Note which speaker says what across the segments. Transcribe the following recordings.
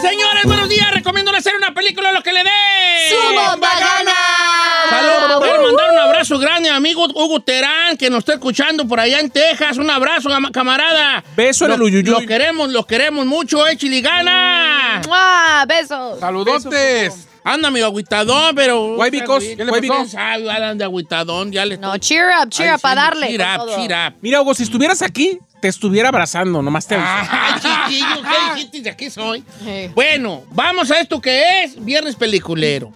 Speaker 1: Señores, buenos días. Recomiendo hacer una película lo que le dé. Eh,
Speaker 2: gana!
Speaker 1: Quiero mandar un abrazo grande a mi amigo Hugo Terán, que nos está escuchando por allá en Texas. Un abrazo, gama- camarada.
Speaker 3: Beso en
Speaker 1: Lo-
Speaker 3: el uyuyuy.
Speaker 1: Lo queremos, lo queremos mucho, échale gana.
Speaker 2: ¡Ah, besos!
Speaker 3: ¡Saludotes!
Speaker 1: Anda, mi agüitadón, pero...
Speaker 3: Why because?
Speaker 1: ¿Qué le
Speaker 3: Why
Speaker 1: pasó?
Speaker 3: because?
Speaker 1: Ay, anda, agüitadón, ya le...
Speaker 2: No, cheer up, cheer
Speaker 1: Ay,
Speaker 2: up, para
Speaker 1: sí,
Speaker 2: darle.
Speaker 1: Cheer
Speaker 2: con
Speaker 1: up,
Speaker 2: todo.
Speaker 1: cheer up.
Speaker 3: Mira, Hugo, si estuvieras aquí, te estuviera abrazando, nomás te aviso.
Speaker 4: Ah.
Speaker 1: Ay, chiquillo,
Speaker 3: Ah.
Speaker 1: ¿qué dijiste? De aquí soy.
Speaker 2: Sí.
Speaker 1: Bueno, vamos a esto que es Viernes Peliculero.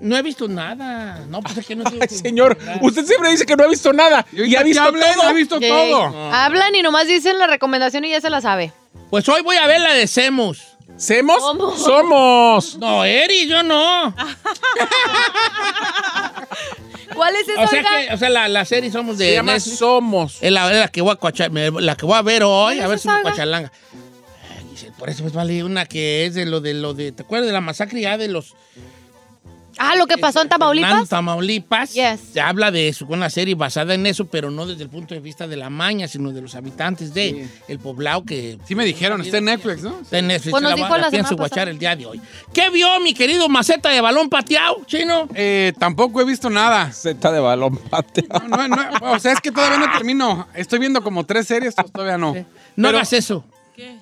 Speaker 1: No he visto nada. No, pues es que no tengo
Speaker 3: Ay,
Speaker 1: que-
Speaker 3: señor, usted siempre dice que no ha visto nada. Y ha visto todo.
Speaker 4: ha visto
Speaker 2: Sí.
Speaker 4: todo.
Speaker 2: Hablan y nomás dicen la recomendación y ya se la sabe.
Speaker 1: Pues hoy voy a ver la de Semos.
Speaker 3: ¿Semos?
Speaker 2: ¿Cómo?
Speaker 3: Somos.
Speaker 1: No, Eri, yo no.
Speaker 3: Ah,
Speaker 2: ¿Cuál es esa,
Speaker 1: O sea,
Speaker 2: oiga?
Speaker 1: que, o sea la, la serie somos de
Speaker 3: Se llama
Speaker 1: Netflix.
Speaker 3: Somos.
Speaker 4: Eh,
Speaker 1: Es la, es la que voy a cuacha- me- la que voy a ver hoy, a ver si me
Speaker 2: salga.
Speaker 1: cuachalanga. Ay, dice, Por eso pues vale una que es de lo de lo de. ¿Te acuerdas de la masacre ya de los
Speaker 2: Ah, lo que pasó en
Speaker 1: Hernán
Speaker 2: Tamaulipas.
Speaker 1: Tamaulipas?
Speaker 2: Yes.
Speaker 1: Se habla de eso, con una serie basada en eso, pero no desde el punto de vista de la maña, sino de los habitantes de el poblado que
Speaker 4: Sí me dijeron, está en Netflix, ¿no?
Speaker 1: está en Netflix.
Speaker 2: Pues nos
Speaker 1: la,
Speaker 2: dijo
Speaker 1: voy- la
Speaker 2: la semana
Speaker 1: pienso guachar
Speaker 2: pasada.
Speaker 1: el día de hoy. ¿Qué vio mi querido maceta de balón pateado, chino?
Speaker 4: Eh, tampoco he visto nada.
Speaker 3: Zeta de balón pate.
Speaker 4: No, no, no, o sea, es que todavía no termino. Estoy viendo como tres series, pues todavía no.
Speaker 1: No
Speaker 4: Pero-
Speaker 1: hagas eso,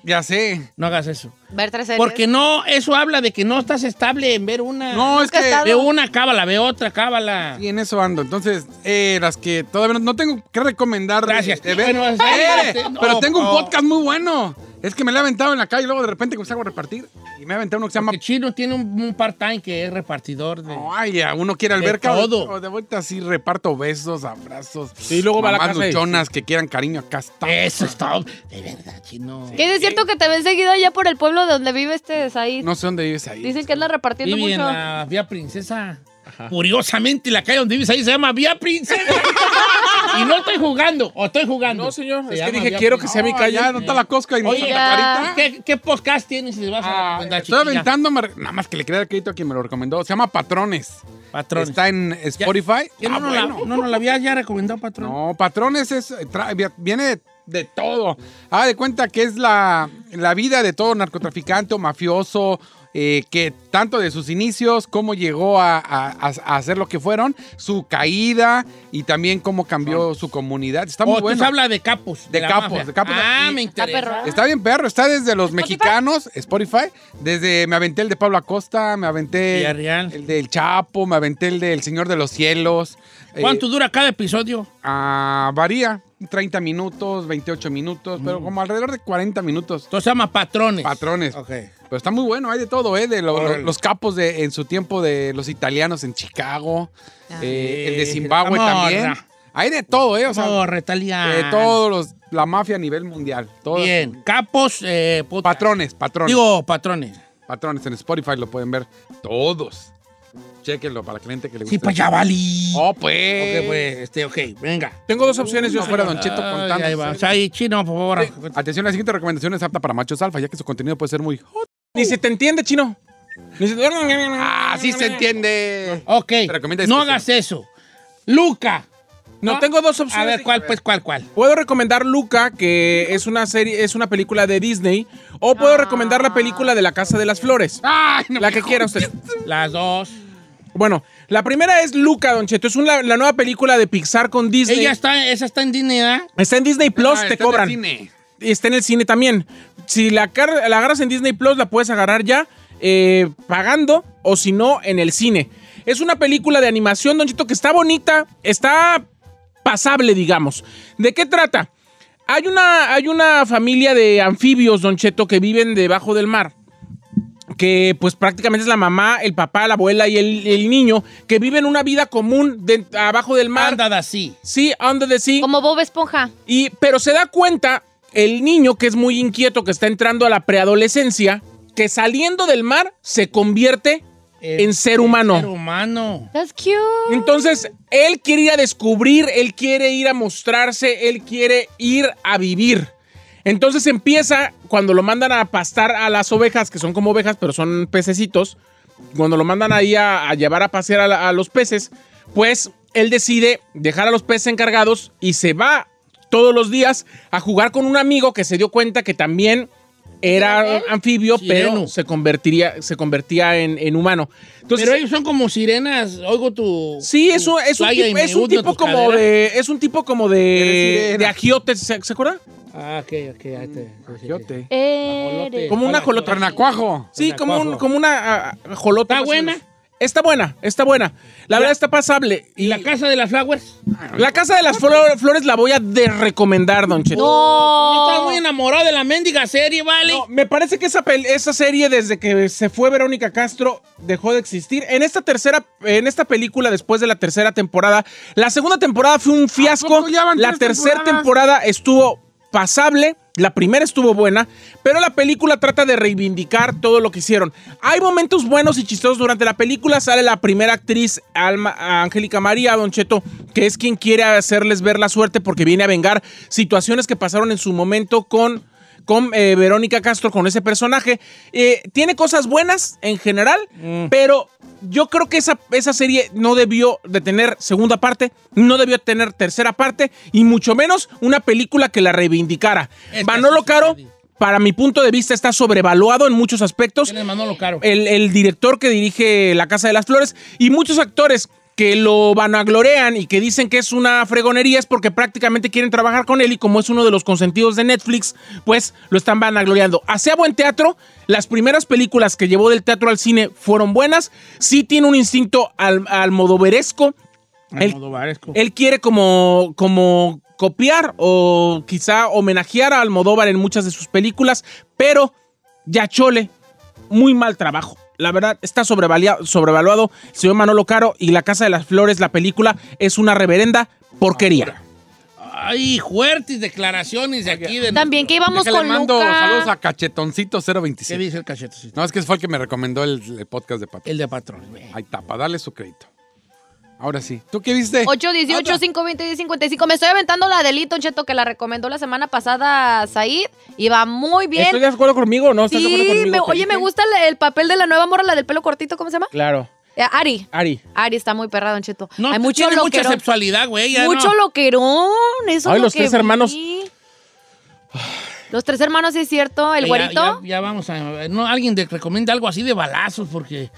Speaker 4: Ya sé.
Speaker 1: no hagas eso.
Speaker 2: Ver tres series.
Speaker 1: Porque no, eso habla de que no estás estable en ver una.
Speaker 4: No, es
Speaker 2: Nunca he
Speaker 4: que
Speaker 2: estado-
Speaker 1: Ve una cábala, ve otra cábala.
Speaker 4: Sí, en eso ando. Entonces, eh, las que todavía no, no tengo que recomendar. de-
Speaker 1: Gracias.
Speaker 4: de ver.
Speaker 1: Bueno,
Speaker 4: Eh,
Speaker 1: espérate.
Speaker 4: pero
Speaker 1: No,
Speaker 4: tengo un
Speaker 1: no.
Speaker 4: podcast muy bueno. Es que me lo he aventado en la calle y luego de repente pues hago repartir. Y me he aventado uno que se llama...
Speaker 1: Porque Chino tiene un, un part-time que es repartidor de.
Speaker 4: Ay, ya, uno quiere
Speaker 1: de
Speaker 4: alberca.
Speaker 1: todo.
Speaker 4: o de vuelta así reparto besos, abrazos.
Speaker 3: Sí, luego va a la
Speaker 4: mamás
Speaker 3: casa y-
Speaker 4: luchonas que quieran cariño. Acá está.
Speaker 1: Eso es todo. De verdad, Chino.
Speaker 2: ¿Qué es cierto que te ven seguido allá por el pueblo de donde vive este ahí?
Speaker 4: No sé dónde vives ahí.
Speaker 2: Dicen que anda repartiendo
Speaker 1: Vive en
Speaker 2: mucho.
Speaker 1: la Vía Princesa. Curiosamente, la calle donde vives ahí se llama Vía Princesa. y no estoy jugando, o estoy jugando.
Speaker 3: No, señor.
Speaker 1: Se
Speaker 3: es que
Speaker 1: llama
Speaker 3: dije,
Speaker 1: Vía
Speaker 3: quiero que
Speaker 1: Princesa.
Speaker 3: sea mi
Speaker 4: No,
Speaker 3: calle.
Speaker 4: ya, Ah, no está la cosca y no
Speaker 1: Oye,
Speaker 4: está la carita.
Speaker 1: ¿Qué, qué podcast tienes si vas a
Speaker 4: Ah,
Speaker 3: Pues
Speaker 1: recomendar,
Speaker 4: estoy
Speaker 1: chiquilla?
Speaker 4: aventando, nada más que le crea el crédito a quien me lo recomendó. Se llama Patrones.
Speaker 1: Patrones.
Speaker 4: Está en Spotify.
Speaker 1: ¿Quién
Speaker 4: Ah,
Speaker 1: no, nos la-
Speaker 4: bueno.
Speaker 1: no nos la había ya recomendado, patrón.
Speaker 4: No, Patrones es, eh, tra- viene de, de todo. Haga de cuenta que es la, la vida de todo narcotraficante o mafioso, eh, que tanto de sus inicios, cómo llegó a, a- a- a hacer lo que fueron, su caída y también cómo cambió su comunidad. Está muy
Speaker 1: o
Speaker 4: bueno.
Speaker 1: tú Oh, habla de capos.
Speaker 4: De
Speaker 1: la
Speaker 4: capos,
Speaker 1: mafia.
Speaker 4: de capos.
Speaker 1: Ah,
Speaker 4: Y-
Speaker 1: me
Speaker 2: Está
Speaker 1: interesa.
Speaker 2: perro, ¿eh?
Speaker 4: Está bien, perro. Está desde los mexicanos, Spotify. Desde me aventé el de Pablo Acosta, me aventé
Speaker 1: Villarreal.
Speaker 4: el del Chapo, me aventé el del Señor de los Cielos. Eh,
Speaker 1: ¿Cuánto dura cada episodio?
Speaker 4: ah, varía. 30 minutos, 28 minutos, pero como alrededor de 40 minutos.
Speaker 1: Mm. Entonces se llama Patrones.
Speaker 4: Patrones.
Speaker 1: Ok.
Speaker 4: Pero está muy bueno, hay de todo, ¿eh? De lo- lo-
Speaker 1: Órale.
Speaker 4: los capos de, en su tiempo de los italianos en Chicago, eh, el de
Speaker 1: Sí,
Speaker 4: Zimbabue
Speaker 1: la morra.
Speaker 4: también. Hay de todo, ¿eh? O sea,
Speaker 1: No, retaliar.
Speaker 4: de todos los, la mafia a nivel mundial. Todos
Speaker 1: Bien. Capos, eh, puta.
Speaker 4: Patrones, patrones.
Speaker 1: Digo, patrones.
Speaker 4: Patrones en Spotify lo pueden ver todos. Chequenlo para la gente que le gusta.
Speaker 1: Sí, pues ya valí.
Speaker 4: Oh, pues.
Speaker 1: Ok, pues, este, ok, venga.
Speaker 3: Tengo dos opciones.
Speaker 4: No
Speaker 3: Yo
Speaker 4: fuera
Speaker 3: fuera
Speaker 4: Don Cheto
Speaker 1: Ay,
Speaker 4: contando.
Speaker 1: Ah, ahí va. O sea, ahí, chino, por favor.
Speaker 4: Atención, la siguiente recomendación es apta para machos alfa, ya que su contenido puede ser muy hot.
Speaker 3: Ni se te entiende, chino. Ni se
Speaker 4: Ah, sí se entiende.
Speaker 1: Ok.
Speaker 4: recomienda
Speaker 1: No
Speaker 4: especial.
Speaker 1: hagas eso. Luca.
Speaker 3: No, tengo dos opciones.
Speaker 1: A ver, ¿cuál, pues, cuál, cuál?
Speaker 3: Puedo recomendar Luca, que es una serie, es una película de Disney, o puedo recomendar la película de La Casa de las Flores.
Speaker 1: Ah,
Speaker 4: Ay, no
Speaker 3: La
Speaker 4: me
Speaker 3: que quiera usted.
Speaker 1: Las dos.
Speaker 3: Bueno, la primera es Luca, Don Cheto. Es una- la nueva película de Pixar con Disney.
Speaker 1: Ella está, esa está en Disney, ¿verdad?
Speaker 3: Está en Disney Plus,
Speaker 4: Ah, está
Speaker 3: te
Speaker 4: en el
Speaker 3: cobran.
Speaker 4: cine.
Speaker 3: Y está en el cine también. Si la, car- la agarras en Disney Plus, la puedes agarrar ya eh, pagando o si no, en el cine. Es una película de animación, Don Chito, que está bonita, está pasable, digamos. ¿De qué trata? Hay una, hay una familia de anfibios, Don Cheto, que viven debajo del mar que pues prácticamente es la mamá, el papá, la abuela y el, el niño, que viven una vida común de- abajo del mar.
Speaker 1: Manda así.
Speaker 3: Sí, under the sea.
Speaker 2: Como Bob Esponja.
Speaker 3: Y, pero se da cuenta el niño que es muy inquieto, que está entrando a la preadolescencia, que saliendo del mar se convierte en ser humano.
Speaker 1: Ser humano.
Speaker 2: That's cute.
Speaker 3: Entonces, él quiere ir a descubrir, él quiere ir a mostrarse, él quiere ir a vivir. Entonces empieza cuando lo mandan a pastar a las ovejas, que son como ovejas, pero son pececitos. Cuando lo mandan ahí a, a llevar a pasear a, la- a los peces, pues él decide dejar a los peces encargados y se va todos los días a jugar con un amigo que se dio cuenta que también
Speaker 2: ¿Era
Speaker 3: era
Speaker 2: él?
Speaker 3: anfibio,
Speaker 1: Sireno.
Speaker 3: pero se convertiría, se convertía en, en humano. Entonces,
Speaker 1: Pero ellos son como sirenas. Oigo tu.
Speaker 3: Sí,
Speaker 1: tu
Speaker 3: es un, es un
Speaker 1: playa y
Speaker 3: tipo,
Speaker 1: me
Speaker 3: es un
Speaker 1: hundo
Speaker 3: tipo
Speaker 1: tu
Speaker 3: como
Speaker 1: cadera.
Speaker 3: de. Es un tipo como de.
Speaker 4: sirena.
Speaker 3: De agiote, ¿se, se acuerda?
Speaker 1: Ah, ok, ok. ahí te-
Speaker 4: Coyote.
Speaker 2: Eres-
Speaker 3: Como una
Speaker 1: Ajolote.
Speaker 3: jolota.
Speaker 4: Tornacuajo.
Speaker 3: Sí,
Speaker 1: Una
Speaker 3: como, un-
Speaker 1: cuajo.
Speaker 3: como una ah, ah, jolota.
Speaker 1: ¿Está
Speaker 3: más o menos.
Speaker 1: buena?
Speaker 3: Está buena, está buena. La verdad está pasable.
Speaker 1: ¿Y la casa de las flowers?
Speaker 3: La casa de las flor- flores la voy a desrecomendar, Don Cheto.
Speaker 2: No.
Speaker 1: Estás muy enamorado de la mendiga serie, ¿vale?
Speaker 3: No, me parece que esa, pel- esa serie, desde que se fue Verónica Castro, dejó de existir. En esta tercera, en esta película, después de la tercera temporada, la segunda temporada fue un fiasco.
Speaker 4: poco ya van
Speaker 3: La
Speaker 4: tres
Speaker 3: tercera
Speaker 4: temporadas?
Speaker 3: temporada estuvo pasable. La primera estuvo buena, pero la película trata de reivindicar todo lo que hicieron. Hay momentos buenos y chistosos durante la película. Sale la primera actriz, Alma- Angélica María Don Cheto, que es quien quiere hacerles ver la suerte porque viene a vengar situaciones que pasaron en su momento con con eh, Verónica Castro, con ese personaje. Eh, tiene cosas buenas en general,
Speaker 1: Mm.
Speaker 3: pero yo creo que esa, esa serie no debió de tener segunda parte, no debió tener tercera parte, y mucho menos una película que la reivindicara.
Speaker 1: Esta
Speaker 3: Manolo
Speaker 1: sí
Speaker 3: Caro,
Speaker 1: sucedió.
Speaker 3: para mi punto de vista, está sobrevaluado en muchos aspectos
Speaker 1: ¿Quién es Manolo Caro?
Speaker 3: el, el director que dirige La Casa de las Flores y muchos actores que lo vanaglorean y que dicen que es una fregonería es porque prácticamente quieren trabajar con él y como es uno de los consentidos de Netflix, pues lo están vanagloriando. Hacía buen teatro, las primeras películas que llevó del teatro al cine fueron buenas, sí tiene un instinto al, almodoveresco, el-
Speaker 1: Almodovaresco.
Speaker 3: él quiere como, como copiar o quizá homenajear a Almodóvar en muchas de sus películas, pero ya Chole, muy mal trabajo. La verdad, está sobrevalia- sobrevaluado el señor Manolo Caro y La Casa de las Flores, la película, es una reverenda porquería.
Speaker 1: Ay, fuertes declaraciones de aquí. De
Speaker 2: También que íbamos
Speaker 4: Déjale,
Speaker 2: con
Speaker 4: mando
Speaker 2: Luca.
Speaker 4: saludos a Cachetoncito
Speaker 1: ¿Qué
Speaker 4: 027.
Speaker 1: dice el cachetocito?
Speaker 4: No, es que fue el que me recomendó el, el podcast de Pato.
Speaker 1: El de patrón. güey.
Speaker 4: Ahí está, para darle su crédito. Ahora sí. ¿Tú qué viste?
Speaker 2: 8, 18, 5, 20, 10, 55. Me estoy aventando la de Lito Cheto que la recomendó la semana pasada Said. Y va muy bien.
Speaker 3: ¿Estoy de acuerdo conmigo o no? ¿Estás de acuerdo
Speaker 2: Sí,
Speaker 3: conmigo?
Speaker 2: me- oye, me
Speaker 3: Felipe?
Speaker 2: gusta el, el papel de la nueva morra, la del pelo cortito, ¿cómo se llama?
Speaker 3: Claro.
Speaker 2: Eh, Ari.
Speaker 3: Ari.
Speaker 2: Ari está muy perra, Don Cheto.
Speaker 1: No,
Speaker 2: Hay
Speaker 1: tú
Speaker 2: mucho
Speaker 1: tienes mucha
Speaker 2: loquerón.
Speaker 1: sexualidad, güey. ya
Speaker 2: Mucho
Speaker 1: no.
Speaker 2: loquerón. Eso
Speaker 3: Ay,
Speaker 2: es lo
Speaker 3: los
Speaker 2: que
Speaker 3: tres
Speaker 2: vi.
Speaker 3: hermanos.
Speaker 2: Los tres hermanos, sí es cierto. El
Speaker 1: Ya-
Speaker 2: güerito.
Speaker 1: Ya, ya vamos a. No, alguien te recomienda algo así de balazos porque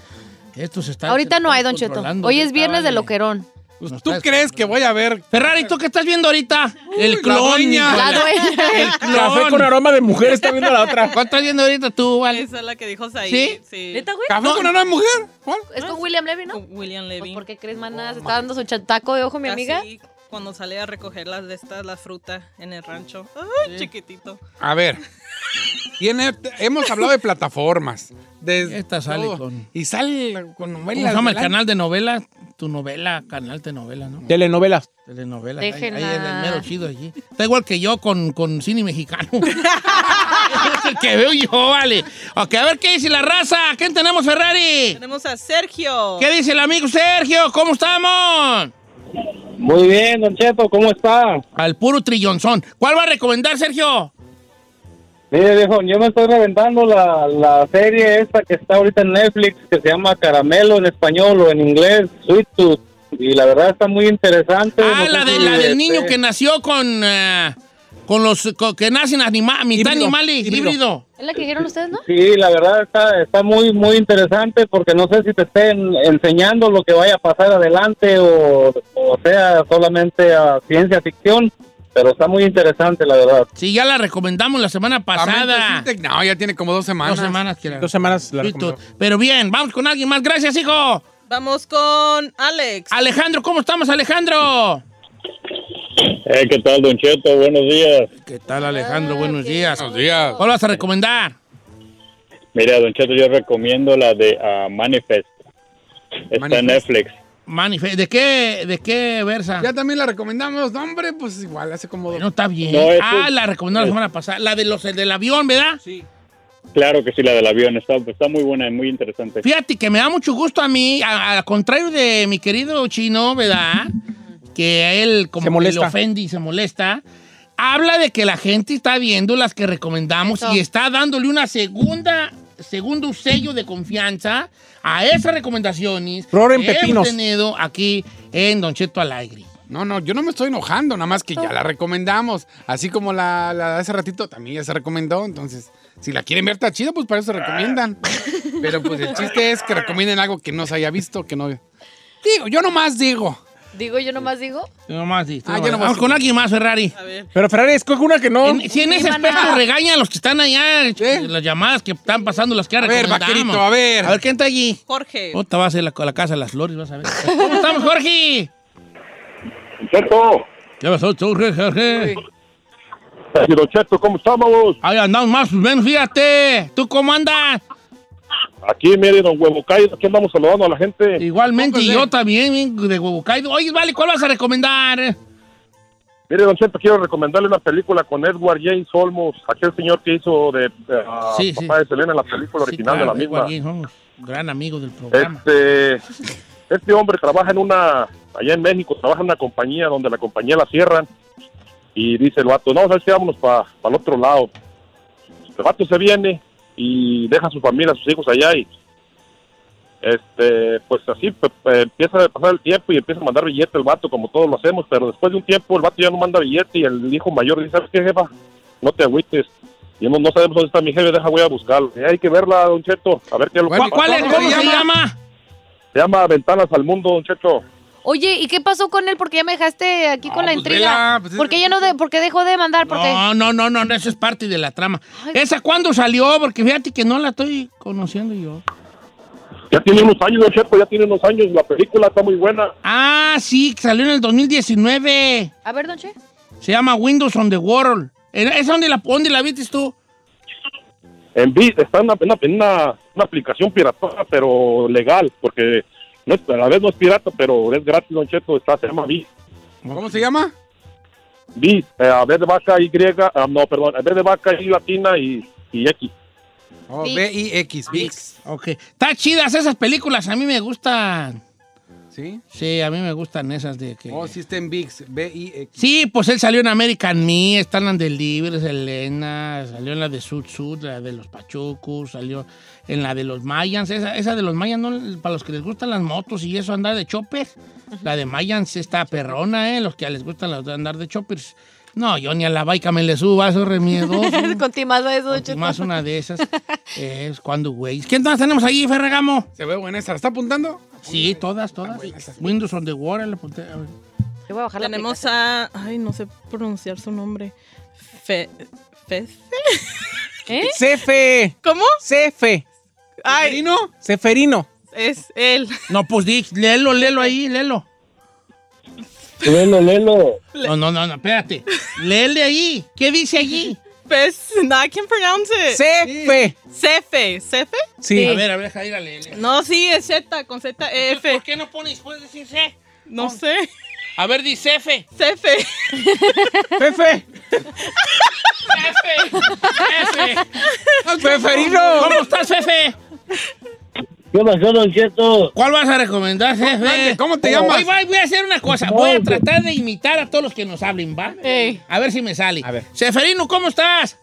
Speaker 1: esto se está.
Speaker 2: Ahorita
Speaker 1: se
Speaker 2: no
Speaker 1: está
Speaker 2: hay, Don Cheto.
Speaker 1: controlando,
Speaker 2: Hoy es
Speaker 1: ahorita,
Speaker 2: viernes de
Speaker 1: vale.
Speaker 2: loquerón.
Speaker 4: Pues,
Speaker 1: Nos
Speaker 4: ¿Tú
Speaker 1: traes-
Speaker 4: crees que voy a ver?
Speaker 1: Ferrari, ¿tú qué estás viendo ahorita? el
Speaker 4: la
Speaker 1: clon.
Speaker 4: dueña.
Speaker 1: hijo de
Speaker 2: La
Speaker 1: la-
Speaker 2: dueña.
Speaker 1: El
Speaker 3: Café con
Speaker 1: clon.
Speaker 3: aroma de mujer está viendo la otra.
Speaker 1: ¿Cuál estás viendo ahorita tú, vale?
Speaker 5: Esa es la que dijo Said.
Speaker 1: ¿Sí?
Speaker 2: ¿Neta, güey?
Speaker 4: ¿Café con una mujer? ¿Cuál?
Speaker 2: Es con William Levy, ¿no?
Speaker 5: Con William
Speaker 2: Pues,
Speaker 5: Levy.
Speaker 2: ¿Por qué crees, maná? Se está dando su chataco de ojo, mi amiga.
Speaker 5: Así, cuando sale a recoger las de estas, la fruta en el rancho. Ay, chiquitito.
Speaker 4: A ver. Tiene- hemos hablado de plataformas. De
Speaker 1: Esta sale
Speaker 4: todo.
Speaker 1: con-
Speaker 4: Y sale con
Speaker 1: ¿Cómo
Speaker 4: novelas.
Speaker 1: se llama el
Speaker 4: del
Speaker 1: canal de novela? Tu novela, canal de novela, ¿no?
Speaker 3: Telenovelas.
Speaker 1: Telenovela.
Speaker 2: Déjenla.
Speaker 1: Ahí, ahí es el mero chido allí. Está igual que yo con, con cine mexicano. es el que veo yo, vale. Ok, a ver qué dice la raza. ¿Quién tenemos, Ferrari?
Speaker 5: Tenemos a Sergio.
Speaker 1: ¿Qué dice el amigo Sergio? ¿Cómo estamos?
Speaker 6: Muy bien, Don Cheto, ¿cómo está?
Speaker 1: Al puro trillonzón. ¿Cuál va a recomendar, Sergio?
Speaker 6: Mire, viejo, yo me estoy reventando la, la serie esta que está ahorita en Netflix, que se llama Caramelo en español o en inglés, Sweet Tooth. Y la verdad está muy interesante.
Speaker 1: Ah,
Speaker 6: No
Speaker 1: la,
Speaker 6: sé
Speaker 1: de,
Speaker 6: si,
Speaker 1: la del
Speaker 6: este,
Speaker 1: niño que nació con... eh, con los con- que nacen anima, mitad
Speaker 3: Híbrido,
Speaker 1: animales,
Speaker 3: híbrido.
Speaker 1: híbrido.
Speaker 2: Es la que dijeron ustedes, ¿no?
Speaker 6: Sí, la verdad está, está muy, muy interesante porque no sé si te estén enseñando lo que vaya a pasar adelante o, o sea solamente a ciencia ficción, pero está muy interesante, la verdad.
Speaker 1: Sí, ya la recomendamos la semana pasada.
Speaker 4: Parlamento Sintec- No, ya tiene como dos semanas.
Speaker 1: Dos semanas que la-
Speaker 3: Dos semanas la recomiendo.
Speaker 1: Pero bien, vamos con alguien más. Gracias, hijo.
Speaker 5: Vamos con Alex.
Speaker 1: Alejandro, ¿cómo estamos, Alejandro?
Speaker 6: Eh, ¿Qué tal, Don Cheto? Buenos días.
Speaker 1: ¿Qué tal, Alejandro? Buenos días.
Speaker 4: Buenos días.
Speaker 1: ¿Cuál vas a recomendar?
Speaker 6: Mira, Don Cheto, yo recomiendo la de ah, Manifest. Está en
Speaker 4: Manifest.
Speaker 6: Netflix.
Speaker 1: Manife- ¿De qué, de qué versa? Eh,
Speaker 4: Ya también la recomendamos. No, hombre, pues igual hace como dos.
Speaker 1: No está bien.
Speaker 6: No, es
Speaker 1: ah,
Speaker 6: un-
Speaker 1: la recomendó la
Speaker 6: es-
Speaker 1: semana pasada. La de los del avión, ¿verdad? Sí.
Speaker 6: Claro que sí, la del avión. Está, está muy buena y muy interesante.
Speaker 1: Fíjate que me da mucho gusto a mí, a- al contrario de mi querido chino, ¿verdad? Que a él como
Speaker 3: Se
Speaker 1: que le
Speaker 3: molesta.
Speaker 1: ofende y se molesta. Habla de que la gente está viendo las que recomendamos
Speaker 2: Eso.
Speaker 1: y está dándole una segunda, segundo sello de confianza a esas recomendaciones
Speaker 3: Roren
Speaker 1: que hemos
Speaker 3: pepinos.
Speaker 1: tenido aquí en Don Cheto Alegre.
Speaker 4: No, no, yo no me estoy enojando, nada más que ya la recomendamos. Así como la, la de hace ratito también ya se recomendó, entonces, si la quieren ver está chido, pues para eso se recomiendan. Pero pues el chiste es que recomienden algo que no se haya visto, que no... Digo, yo nomás digo.
Speaker 2: Digo, yo nomás digo.
Speaker 1: No más, sí, tú
Speaker 4: Ah,
Speaker 1: no más.
Speaker 4: ya no
Speaker 1: Vamos
Speaker 4: más.
Speaker 1: con alguien más, Ferrari.
Speaker 5: A ver.
Speaker 3: Pero Ferrari, escoge una que no.
Speaker 1: En- si en ese
Speaker 2: Sí, maná.
Speaker 1: aspecto regaña a los que están allá, las llamadas que están pasando, las que
Speaker 4: ver,
Speaker 1: recomendamos.
Speaker 4: vaquerito, a ver.
Speaker 1: A ver, ¿quién está allí?
Speaker 5: Jorge.
Speaker 1: Otra va a ser la, la casa de las flores, vas a ver. ¿Cómo estamos, Jorge?
Speaker 6: Cheto,
Speaker 1: ¿Qué pasó, tú, Jorge?
Speaker 6: Cheto, ¿cómo estamos?
Speaker 1: Ahí andamos más, pues, ven, fíjate. ¿Tú cómo andas?
Speaker 6: Aquí, mire, don Huevo Caído, aquí andamos saludando a la gente.
Speaker 1: Igualmente,
Speaker 4: Pocos,
Speaker 1: y
Speaker 4: eh.
Speaker 1: yo también, bien, de huevo caído. Oye, vale, ¿cuál vas a recomendar?
Speaker 6: Mire, don Cheto, quiero recomendarle una película con Edward James Olmos, aquel señor que hizo de eh, ah,
Speaker 1: Sí, sí.
Speaker 6: papá de Selena en la película
Speaker 1: Sí,
Speaker 6: original
Speaker 1: claro,
Speaker 6: de la misma.
Speaker 1: Joaquín, somos gran amigo del programa.
Speaker 6: Este, este hombre trabaja en una, allá en México, trabaja en una compañía donde la compañía la cierran y dice el vato, no, ¿sabes qué? Vámonos para el otro lado. El vato se viene y deja a su familia, a sus hijos allá y este, pues así pe- pe- empieza a pasar el tiempo y empieza a mandar billete el vato como todos lo hacemos, pero después de un tiempo el vato ya no manda billete y el hijo mayor dice, ¿sabes qué, jefa? No te agüites. Y no, no sabemos dónde está mi jefe, deja, voy a buscarlo. Y hay que verla, don Cheto, a ver qué lo
Speaker 4: Bueno,
Speaker 1: ¿Cuál,
Speaker 6: pasa.
Speaker 1: cuál es?
Speaker 4: ¿Cómo
Speaker 1: ¿Cómo
Speaker 4: se
Speaker 1: se
Speaker 4: llama?
Speaker 1: llama?
Speaker 6: Se llama Ventanas al Mundo, don Cheto.
Speaker 2: Oye, ¿y qué pasó con él? Porque ya me dejaste aquí
Speaker 4: No,
Speaker 2: con la
Speaker 4: pues
Speaker 2: intriga.
Speaker 4: vela, pues es-
Speaker 2: ¿Por qué ya no de, por qué dejó de mandar? Porque
Speaker 1: No, no, no, no, no, eso es parte de la trama.
Speaker 2: Ay.
Speaker 1: ¿Esa cuándo salió? Porque fíjate que no la estoy conociendo yo.
Speaker 6: Ya tiene unos años, don Cheto, ya tiene unos años. La película está muy buena.
Speaker 1: Ah, sí, que salió en el 2019.
Speaker 2: A ver, don Che.
Speaker 1: Se llama Windows on the World. Eh, ¿Es donde la, dónde la viste tú?
Speaker 6: En vi- está en una, en una- en una- una aplicación pirata, pero legal, porque no es- a la vez no es pirata, pero es gratis, don Cheto. Está, se llama Vi.
Speaker 4: ¿Cómo se llama?
Speaker 6: Vi, eh, a ver de vaca Y, ah, no, perdón, a ver de vaca Y latina y, y X.
Speaker 4: Oh,
Speaker 2: Vix.
Speaker 4: B-I-X, Vix.
Speaker 1: Ok. Está chidas esas películas. A mí me gustan.
Speaker 4: ¿Sí?
Speaker 1: Sí, a mí me gustan esas de que...
Speaker 4: Oh, sí está en Vix, B-I-X.
Speaker 1: Sí, pues él salió en American Me, está en las de Libres, Elena, salió en la de Sud Sud, la de los Pachucos, salió en la de los Mayans, esa, esa de los Mayans, ¿no? para los que les gustan las motos y eso, andar de choppers, la de Mayans está perrona, ¿eh? Los que les gustan los de andar de choppers. No, yo ni a la baica me le subo, eso es remiedoso.
Speaker 2: Con ti más eso, don
Speaker 1: Y
Speaker 2: Cheto.
Speaker 1: más una de esas es cuando, güey. ¿Quién más tenemos ahí, Ferragamo?
Speaker 4: Se ve buena esa, ¿la está apuntando?
Speaker 1: Sí, todas, todas. Windows on the Water, le apunté. a ver.
Speaker 2: Yo voy a bajar la
Speaker 5: Tenemos
Speaker 2: aplicación.
Speaker 5: a. Ay, no sé pronunciar su nombre. Fe. Fe.
Speaker 2: ¿Eh?
Speaker 3: Cefe.
Speaker 5: ¿Cómo?
Speaker 3: Cefe.
Speaker 5: Ay,
Speaker 4: ¿Perino?
Speaker 3: Ceferino.
Speaker 5: es él.
Speaker 1: No, pues di, léelo, léelo ahí, léelo.
Speaker 6: Lelo, Lelo.
Speaker 1: No, no, no, no, espérate. Léele ahí. ¿Qué dice allí?
Speaker 5: Fez. No, I can't pronounce it.
Speaker 3: Cefe.
Speaker 5: Cefe. ¿Cefe?
Speaker 3: Sí.
Speaker 1: A ver, a ver, deja ir a leerle.
Speaker 5: No, sí, es Z, con Z, F.
Speaker 1: ¿Por qué no pone después de decir C?
Speaker 5: No sé.
Speaker 1: A ver, dice F.
Speaker 5: Cefe.
Speaker 3: Fefe.
Speaker 1: F. F.
Speaker 3: Ceferino.
Speaker 1: ¿Cómo estás, Fefe?
Speaker 6: ¿Qué pasó, Don Cheto?
Speaker 1: ¿Cuál vas a recomendar, Oh, Fefe?
Speaker 4: Mande, ¿cómo te llamas?
Speaker 1: Hoy voy, voy a hacer una cosa. Voy a tratar de imitar a todos los que nos hablen, ¿va?
Speaker 2: Ey.
Speaker 1: A ver si me sale.
Speaker 3: A ver.
Speaker 1: Seferino, ¿cómo estás?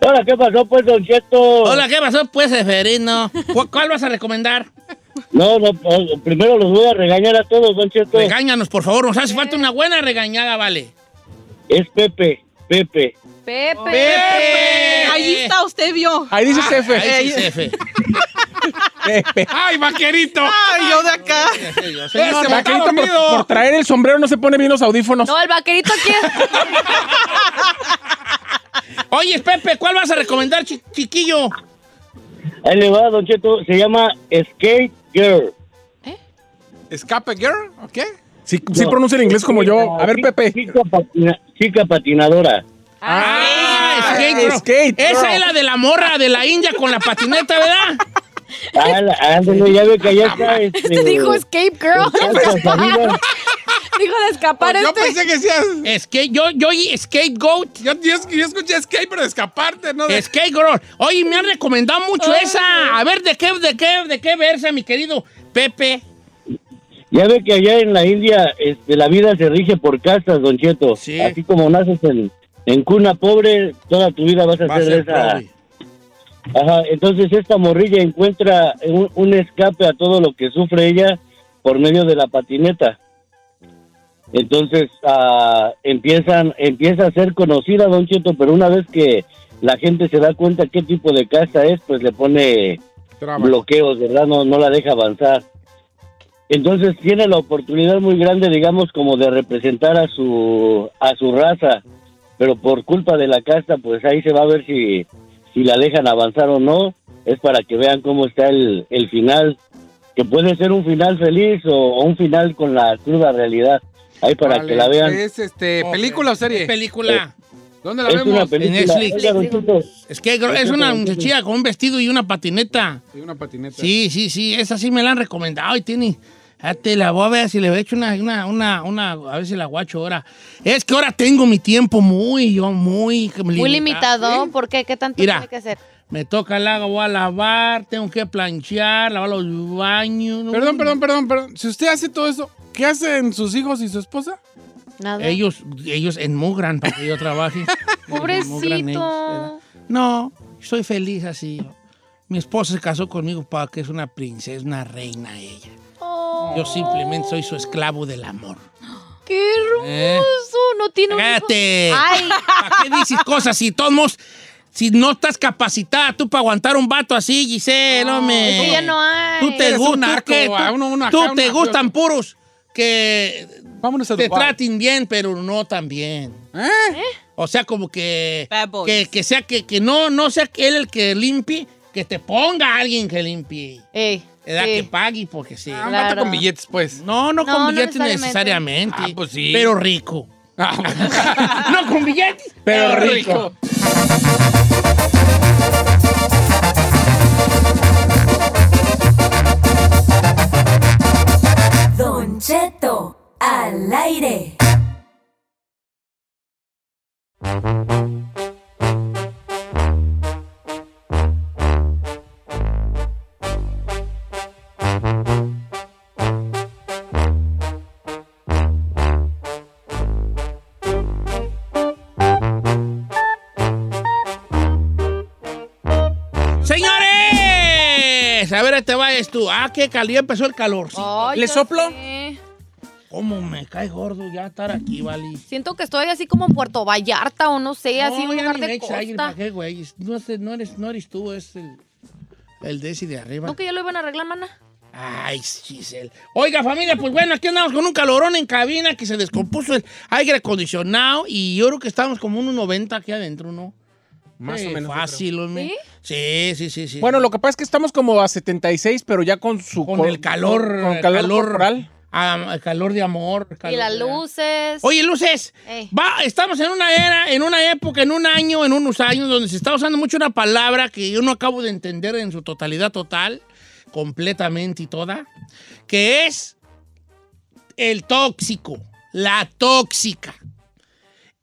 Speaker 6: Hola, ¿qué pasó, pues, Don Cheto?
Speaker 1: Hola, ¿qué pasó? Pues, Seferino. ¿Cu- ¿Cuál vas a recomendar?
Speaker 6: No, no, primero los voy a regañar a todos, Don Cheto.
Speaker 1: Regáñanos, por favor. Nos hace falta una buena regañada, vale.
Speaker 6: Es Pepe, Pepe.
Speaker 2: Pepe.
Speaker 1: Pepe.
Speaker 5: Ahí está, usted vio.
Speaker 3: Ahí dice Cefe.
Speaker 1: Ah, Ahí sí, Cefe.
Speaker 3: Cefe.
Speaker 4: ¡Ay, vaquerito!
Speaker 5: Ay, yo de acá.
Speaker 1: Ya sé yo,
Speaker 4: ¡Ese
Speaker 1: señor.
Speaker 4: vaquerito
Speaker 3: Este Vaquerito, por,
Speaker 4: mío!
Speaker 3: por traer el sombrero no se pone bien los audífonos.
Speaker 2: No, el vaquerito aquí es.
Speaker 1: Oye, Pepe, ¿cuál vas a recomendar, chi- chiquillo?
Speaker 6: Ahí le va, Don Cheto. Se llama Skate Girl.
Speaker 4: ¿Escape Girl? ¿O qué?
Speaker 3: Sí, sí pronuncia el inglés como yo. A ver, Pepe.
Speaker 6: Chica, patina- chica patinadora.
Speaker 1: Ah,
Speaker 3: Ah,
Speaker 1: skate, bro.
Speaker 3: skate, bro.
Speaker 1: Esa es la de la morra de la India con la patineta, ¿verdad?
Speaker 6: Ah, la- Ándale, ya ve que allá está. Este,
Speaker 2: Dijo Escape Girl.
Speaker 6: está esta salida.
Speaker 2: Dijo de escapar
Speaker 4: Pues Yo
Speaker 2: este.
Speaker 4: pensé que decías.
Speaker 1: Es que yo, yo, y scapegoat.
Speaker 4: Yo, yo- yo escuché skate, pero de escaparte, ¿no? De-
Speaker 1: Scapegoat. Oye, me han recomendado mucho esa. A ver, ¿de qué, de qué, de qué versa, mi querido Pepe?
Speaker 7: Ya ve que allá en la India este, la vida se rige por castas, Don Cheto.
Speaker 1: Sí.
Speaker 7: Así como naces en, en cuna pobre, toda tu vida vas a
Speaker 1: Va a
Speaker 7: ser
Speaker 1: ser
Speaker 7: esa.
Speaker 1: pobre.
Speaker 7: Ajá, entonces esta morrilla encuentra un, un escape a todo lo que sufre ella por medio de la patineta. Entonces ah, empiezan, empieza a ser conocida Don Cheto, pero una vez que la gente se da cuenta qué tipo de casa es, pues le pone
Speaker 4: Traba.
Speaker 7: bloqueos, ¿verdad? No, no la deja avanzar. Entonces tiene la oportunidad muy grande, digamos, como de representar a su a su raza, pero por culpa de la casta, pues ahí se va a ver si si la dejan avanzar o no. Es para que vean cómo está el, el final, que puede ser un final feliz o, o un final con la cruda realidad. Ahí para
Speaker 4: Vale,
Speaker 7: que la vean.
Speaker 4: ¿Es este,
Speaker 1: Ok.
Speaker 4: película o
Speaker 1: ¿Qué
Speaker 4: serie?
Speaker 1: película?
Speaker 4: ¿Dónde la
Speaker 7: Es una
Speaker 4: Pues, vemos?
Speaker 7: película.
Speaker 1: Netflix.
Speaker 7: Oiga, don Cheto,
Speaker 1: Scapegoat. Es una muchachilla con un vestido y una patineta.
Speaker 4: Hay una patineta.
Speaker 1: Sí, sí, sí. Esa sí me la han recomendado y tiene... Ah, te la voy a ver si le he hecho una, una, una, una- a ver si la guacho ahora. Es que ahora tengo mi tiempo muy, yo muy
Speaker 2: Muy limitado. ¿Por qué? ¿Qué tanto
Speaker 1: Mira.
Speaker 2: tiene que hacer?
Speaker 1: Me toca el agua, voy a lavar, tengo que planchar, lavar los baños. ¿no?
Speaker 4: Perdón, perdón, perdón, perdón. Si usted hace todo eso, ¿qué hacen sus hijos y su esposa?
Speaker 2: Nada.
Speaker 1: Ellos, ellos enmugran para que yo trabaje. Ellos enmugran ellos, ¿verdad?
Speaker 2: Pobrecito.
Speaker 1: no, soy feliz así. Mi esposa se casó conmigo para que es una princesa, una reina ella.
Speaker 2: Oh,
Speaker 1: Yo simplemente soy su esclavo del amor.
Speaker 2: ¡Qué
Speaker 1: Eh.
Speaker 2: hermoso! No tiene un hijo.
Speaker 1: ¡Cállate!
Speaker 2: ¡Ay!
Speaker 1: ¿Para qué dices cosas si tomos? Si no estás capacitada tú para aguantar un vato así, Giselle, hombre.
Speaker 2: Eso ya no hay.
Speaker 1: Tú te
Speaker 4: Eres un
Speaker 1: gustan,
Speaker 4: narco, a uno- uno acá,
Speaker 1: tú
Speaker 4: uno
Speaker 1: te
Speaker 4: acá.
Speaker 1: gustan puros que
Speaker 4: Vámonos a
Speaker 1: te
Speaker 4: Dubái.
Speaker 1: traten bien, pero no tan bien.
Speaker 4: ¿Eh?
Speaker 1: O sea, como que
Speaker 5: Bad boys.
Speaker 1: que, que sea que, que no no sea que él el que limpie, que te ponga alguien que limpie.
Speaker 2: Ey,
Speaker 1: Edad
Speaker 2: sí.
Speaker 1: que pague porque sí.
Speaker 4: Ah, un
Speaker 2: Claro.
Speaker 4: vato con billetes, pues.
Speaker 1: No, no,
Speaker 2: No,
Speaker 1: con
Speaker 2: no
Speaker 1: billetes necesariamente.
Speaker 2: necesariamente.
Speaker 4: Ah, pues sí.
Speaker 1: Pero rico.
Speaker 4: Ah,
Speaker 1: no con billetes,
Speaker 4: Pero rico.
Speaker 8: Don Cheto, al aire.
Speaker 1: ¡Señores! A ver, ahí te vayas tú. Ah, qué calor. Ya empezó el calor. sí.
Speaker 2: Ay,
Speaker 3: ¿Le
Speaker 2: ya
Speaker 3: soplo?
Speaker 2: sé. Oh.
Speaker 1: ¿Cómo me cae gordo ya estar aquí, vale?
Speaker 2: Siento que estoy así como en Puerto Vallarta o no sé, así
Speaker 1: no,
Speaker 2: un
Speaker 1: ya
Speaker 2: lugar
Speaker 1: ni
Speaker 2: de
Speaker 1: me eches aire,
Speaker 2: costa.
Speaker 1: ¿pa' qué, güey? No, es- no eres, no eres tú, es el, el de ese de arriba.
Speaker 2: ¿No que ya lo iban a arreglar, mana?
Speaker 1: Ay, Giselle. Oiga, familia, pues bueno, aquí andamos con un calorón en cabina que se descompuso el aire acondicionado y yo creo que estamos como unos 90 aquí adentro, ¿no?
Speaker 3: Más
Speaker 1: Sí,
Speaker 3: o menos. yo
Speaker 1: Fácil, hombre. ¿Sí? sí, sí, sí,
Speaker 3: creo. Bueno, lo que pasa es que estamos como a 76, pero ya con su...
Speaker 1: con el calor,
Speaker 3: Con calor, corporal.
Speaker 1: ah, calor de amor. calor
Speaker 2: Y las
Speaker 1: de-
Speaker 2: luces.
Speaker 1: Oye, luces.
Speaker 2: Ey.
Speaker 1: Va, estamos en una era, en una época, en un año, en unos años donde se está usando mucho una palabra que yo no acabo de entender en su totalidad total, completamente y toda, que es el tóxico, la tóxica.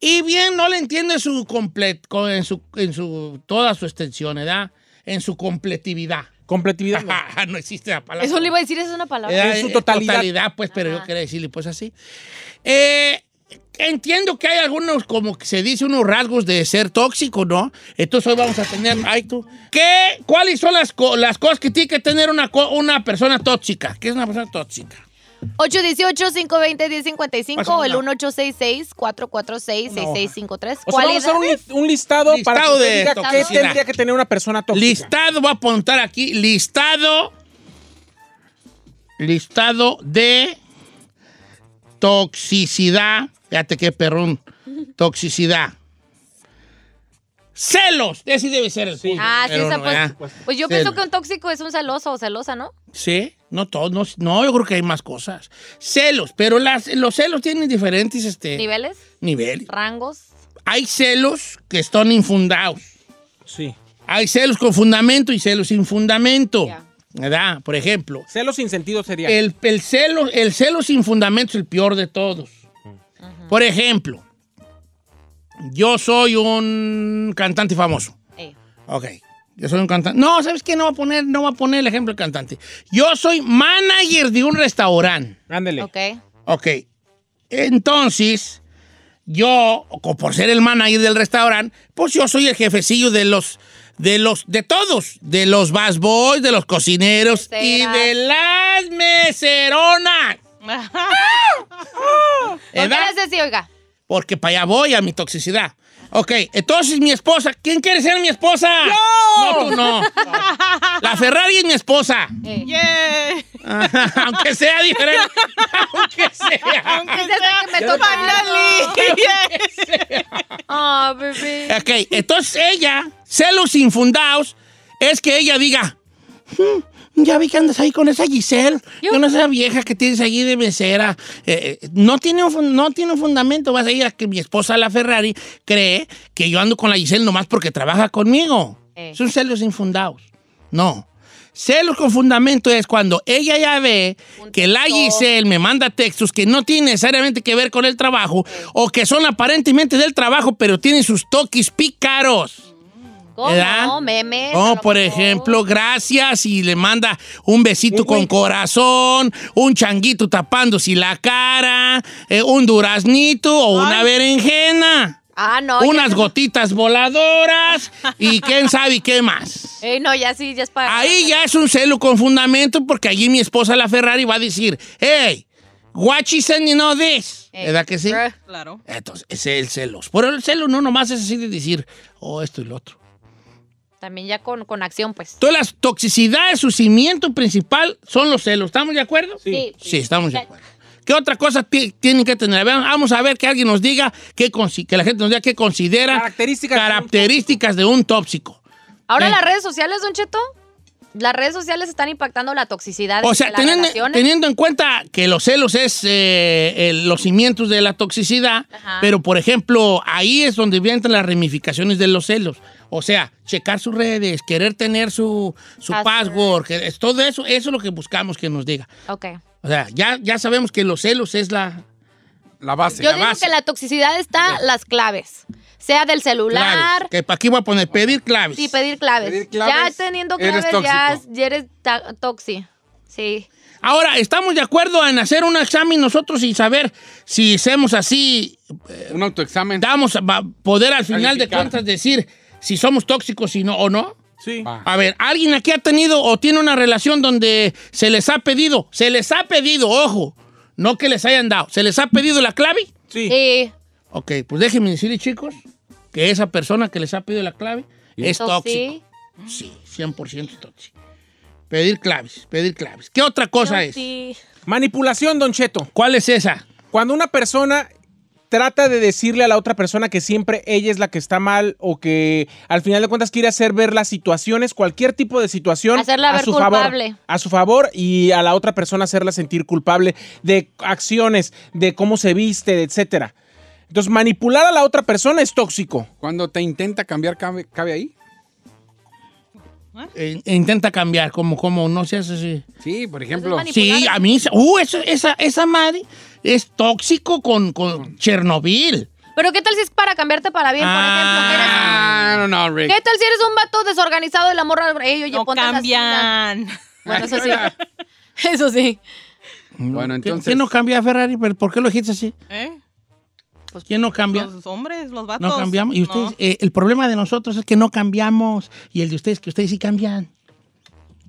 Speaker 1: Y bien, no le entiende su complet, co- en su, en su, toda su extensión, ¿verdad? En su completividad.
Speaker 3: Completividad. no.
Speaker 1: no existe la palabra.
Speaker 2: Eso le iba a decir, esa es una palabra.
Speaker 1: Eh,
Speaker 3: En su
Speaker 1: eh,
Speaker 3: totalidad.
Speaker 1: pues, pero yo
Speaker 2: Ajá.
Speaker 1: quería decirle, pues así. Eh, entiendo que hay algunos, como que se dice, unos rasgos de ser tóxico, ¿no? Entonces hoy vamos a tener. Ay, tú. ¿Qué, ¿Cuáles son las, co- las cosas que tiene que tener una, co- una persona tóxica? ¿Qué es una persona tóxica?
Speaker 2: 818-520-1055 o el
Speaker 1: Pásamela.
Speaker 2: 1866-446-6653.
Speaker 3: O sea, vamos a hacer un,
Speaker 2: ¿Cualidades?
Speaker 3: li- un listado, para que
Speaker 1: Listado
Speaker 3: usted
Speaker 1: de
Speaker 3: diga qué
Speaker 1: toxicidad.
Speaker 3: tendría que tener una persona tóxica.
Speaker 1: Listado, voy a apuntar aquí. Listado. Listado de toxicidad. Fíjate qué perrón. Toxicidad. Celos. Ese debe ser el punto
Speaker 2: Ah, sí,
Speaker 1: número
Speaker 2: esa
Speaker 1: uno,
Speaker 2: pues,
Speaker 1: ¿verdad?
Speaker 2: pues yo
Speaker 1: Sí.
Speaker 2: pienso que un tóxico es un celoso o celosa, ¿no?
Speaker 1: Sí, no todos, no, no, yo creo que hay más cosas. Celos, pero las, los celos tienen diferentes este,
Speaker 2: Niveles,
Speaker 1: niveles.
Speaker 2: rangos.
Speaker 1: Hay celos que están infundados.
Speaker 3: Sí.
Speaker 1: Hay celos con fundamento y celos sin fundamento.
Speaker 2: Ya.
Speaker 1: ¿verdad? Por ejemplo,
Speaker 3: Celos sin sentido sería.
Speaker 1: el, el celo, el celo sin fundamento es el peor de todos. Por ejemplo, yo soy un cantante famoso.
Speaker 2: Eh.
Speaker 1: Ok. Yo soy un cantante. No, ¿sabes qué? No va a poner, no va a poner el ejemplo del cantante. Yo soy manager de un restaurante.
Speaker 3: Ándele.
Speaker 2: Ok.
Speaker 1: Ok. Entonces, yo, co- por ser el manager del restaurante, pues yo soy el jefecillo de los, de los, de todos, de los bus boys, de los cocineros y
Speaker 2: Meseras.
Speaker 1: de las meseronas.
Speaker 2: ¿Por qué
Speaker 1: ¿Verdad?
Speaker 2: eres así, oiga?
Speaker 1: Porque para allá voy a mi toxicidad. Ok, entonces mi esposa, ¿quién quiere ser mi esposa? No, tú no. La Ferrari es mi esposa.
Speaker 2: Eh.
Speaker 5: ¡Yay!
Speaker 1: Aunque sea diferente. Aunque sea.
Speaker 5: Aunque
Speaker 2: Ese es el
Speaker 5: sea
Speaker 2: que me toca.
Speaker 5: ¡Ándale! ¡Yay!
Speaker 2: Ah, bebé.
Speaker 1: Ok, entonces ella, celos infundados, es que ella diga, "Hmm, ya vi que andas ahí con esa Giselle,
Speaker 2: Yo-
Speaker 1: con esa vieja que tienes allí de mesera. Eh, eh, no, tiene un, fun- no tiene un fundamento, vas a ir a que mi esposa, la Ferrari, cree que yo ando con la Giselle nomás porque trabaja conmigo.
Speaker 2: Eh.
Speaker 1: Son celos infundados. No. Celos con fundamento es cuando ella ya ve que la Giselle me manda textos que no tienen necesariamente que ver con el trabajo o que son aparentemente del trabajo, pero tienen sus toques pícaros.
Speaker 2: ¿Cómo?
Speaker 1: ¿Verdad?
Speaker 2: No, memes. a
Speaker 1: Como
Speaker 2: lo
Speaker 1: por
Speaker 2: mejor.
Speaker 1: ejemplo, gracias y le manda un besito con corazón, un changuito tapándose la cara, eh, un duraznito o una berenjena,
Speaker 2: Ah, no.
Speaker 1: unas
Speaker 2: ya-
Speaker 1: gotitas voladoras y quién sabe qué más.
Speaker 2: Eh, no, ya sí, ya es para.
Speaker 1: Ahí ya es un celo con fundamento porque allí mi esposa la Ferrari va a decir, hey, what she sending all this?
Speaker 2: Eh,
Speaker 1: ¿Verdad que sí?
Speaker 2: bruh.
Speaker 5: Claro.
Speaker 1: Entonces, ese es el celos. Pero el celo no nomás es así de decir, oh, esto y lo otro.
Speaker 2: También ya con, con acción, pues.
Speaker 1: Entonces, la toxicidad, su cimiento principal son los celos. ¿Estamos de acuerdo?
Speaker 2: Sí.
Speaker 1: Sí, estamos de acuerdo. ¿Qué otra cosa ti- tienen que tener? Vean, Vamos a ver que alguien nos diga, qué consi- que la gente nos diga qué considera
Speaker 3: Características de un
Speaker 1: características de un tóxico.
Speaker 2: Ahora
Speaker 1: Eh.
Speaker 2: las redes sociales, Don Cheto. Las redes sociales están impactando la toxicidad
Speaker 1: O
Speaker 2: de
Speaker 1: sea,
Speaker 2: las
Speaker 1: teniendo,
Speaker 2: relaciones.
Speaker 1: teniendo en cuenta que los celos es eh, el- los cimientos de la toxicidad,
Speaker 2: Ajá.
Speaker 1: pero por ejemplo, ahí es donde vienen las ramificaciones de los celos. O sea, checar sus redes, querer tener su, su
Speaker 2: Password.
Speaker 1: password, que es- todo eso, eso es lo que buscamos que nos diga.
Speaker 2: Ok.
Speaker 1: O sea, ya, ya sabemos que los celos es la...
Speaker 4: La base.
Speaker 2: Yo
Speaker 1: la
Speaker 2: digo
Speaker 1: base.
Speaker 2: que la toxicidad está las claves. Sea del celular.
Speaker 1: clave. Que para aquí voy a poner pedir claves.
Speaker 2: Sí, pedir claves.
Speaker 4: Pedir claves,
Speaker 2: ya teniendo claves,
Speaker 4: eres
Speaker 2: ya,
Speaker 4: tóxico.
Speaker 2: ya eres ta- toxi. Sí.
Speaker 1: Ahora, ¿estamos de acuerdo en hacer un examen nosotros y saber si hacemos así
Speaker 4: Un autoexamen.
Speaker 1: damos a poder al final de
Speaker 4: Calificar.
Speaker 1: cuentas decir si somos tóxicos y no, o no.
Speaker 3: Sí.
Speaker 4: Va.
Speaker 1: A ver, ¿alguien aquí ha tenido o tiene una relación donde se les ha pedido, se les ha pedido, ojo, no que les hayan dado, se les ha pedido la clave?
Speaker 3: Sí.
Speaker 2: Sí.
Speaker 1: Ok, pues déjenme decirles, chicos, que esa persona que les ha pedido la clave es
Speaker 2: ¿Oh,
Speaker 1: tóxico.
Speaker 2: Toxi.
Speaker 1: Sí, 100% tóxico. Pedir claves, pedir claves. ¿Qué otra cosa es?
Speaker 2: Sí.
Speaker 3: Manipulación, Don Cheto.
Speaker 1: ¿Cuál es esa?
Speaker 3: Cuando una persona trata de decirle a la otra persona que siempre ella es la que está mal o que al final de cuentas quiere hacer ver las situaciones, cualquier tipo de situación
Speaker 2: Hacerla ver culpable.
Speaker 3: favor, a su favor y a la otra persona hacerla sentir culpable de acciones, de cómo se viste, etcétera. Entonces, manipular a la otra persona es tóxico.
Speaker 4: Cuando te intenta cambiar, cabe, cabe ahí.
Speaker 1: Eh, intenta cambiar, como, como, no seas así.
Speaker 4: Sí, por ejemplo.
Speaker 2: Eso Pues es
Speaker 1: Sí,
Speaker 2: manipular.
Speaker 1: a mí, uh, eso- esa, esa madre es tóxico con, con Chernobyl.
Speaker 2: Pero ¿qué tal si es para cambiarte para bien, Eh, por ejemplo? que eres-
Speaker 4: Ah, no, no, Rick.
Speaker 2: ¿Qué tal si eres un vato desorganizado y la morra? Ey, oye,
Speaker 5: No
Speaker 2: ponte las
Speaker 5: cambian.
Speaker 2: pilas. Bueno, eso sí. eso sí.
Speaker 4: Bueno,
Speaker 1: ¿Qui-
Speaker 4: entonces.
Speaker 1: ¿Quién no cambia Ferrari? ¿Pero ¿Por qué lo dijiste así?
Speaker 5: ¿Eh?
Speaker 2: Pues
Speaker 1: ¿Quién no cambia?
Speaker 5: Los hombres, los vatos.
Speaker 1: No cambiamos. Y ustedes,
Speaker 5: No.
Speaker 1: eh, el problema de nosotros es que no cambiamos. Y el de ustedes, que ustedes sí cambian.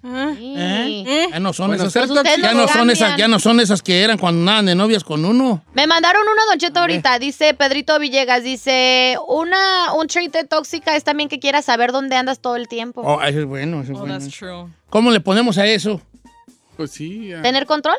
Speaker 5: Ah,
Speaker 1: ¿eh?
Speaker 2: Sí.
Speaker 1: Ya no son
Speaker 4: Bueno,
Speaker 1: esas.
Speaker 4: ser
Speaker 2: Pues ustedes
Speaker 1: Ya no
Speaker 2: no
Speaker 1: son
Speaker 2: cambian.
Speaker 1: esas, ya no son esas que eran cuando andaban de novias con uno.
Speaker 2: Me mandaron uno, Don Cheto, ahorita. Dice Pedrito Villegas, dice, una, un trait de tóxica es también que quieras saber dónde andas todo el tiempo.
Speaker 1: Oh, eso es bueno, eso es
Speaker 5: Oh,
Speaker 1: bueno.
Speaker 5: that's true.
Speaker 1: ¿Cómo le ponemos a eso?
Speaker 4: Pues sí. ya.
Speaker 2: ¿Tener control?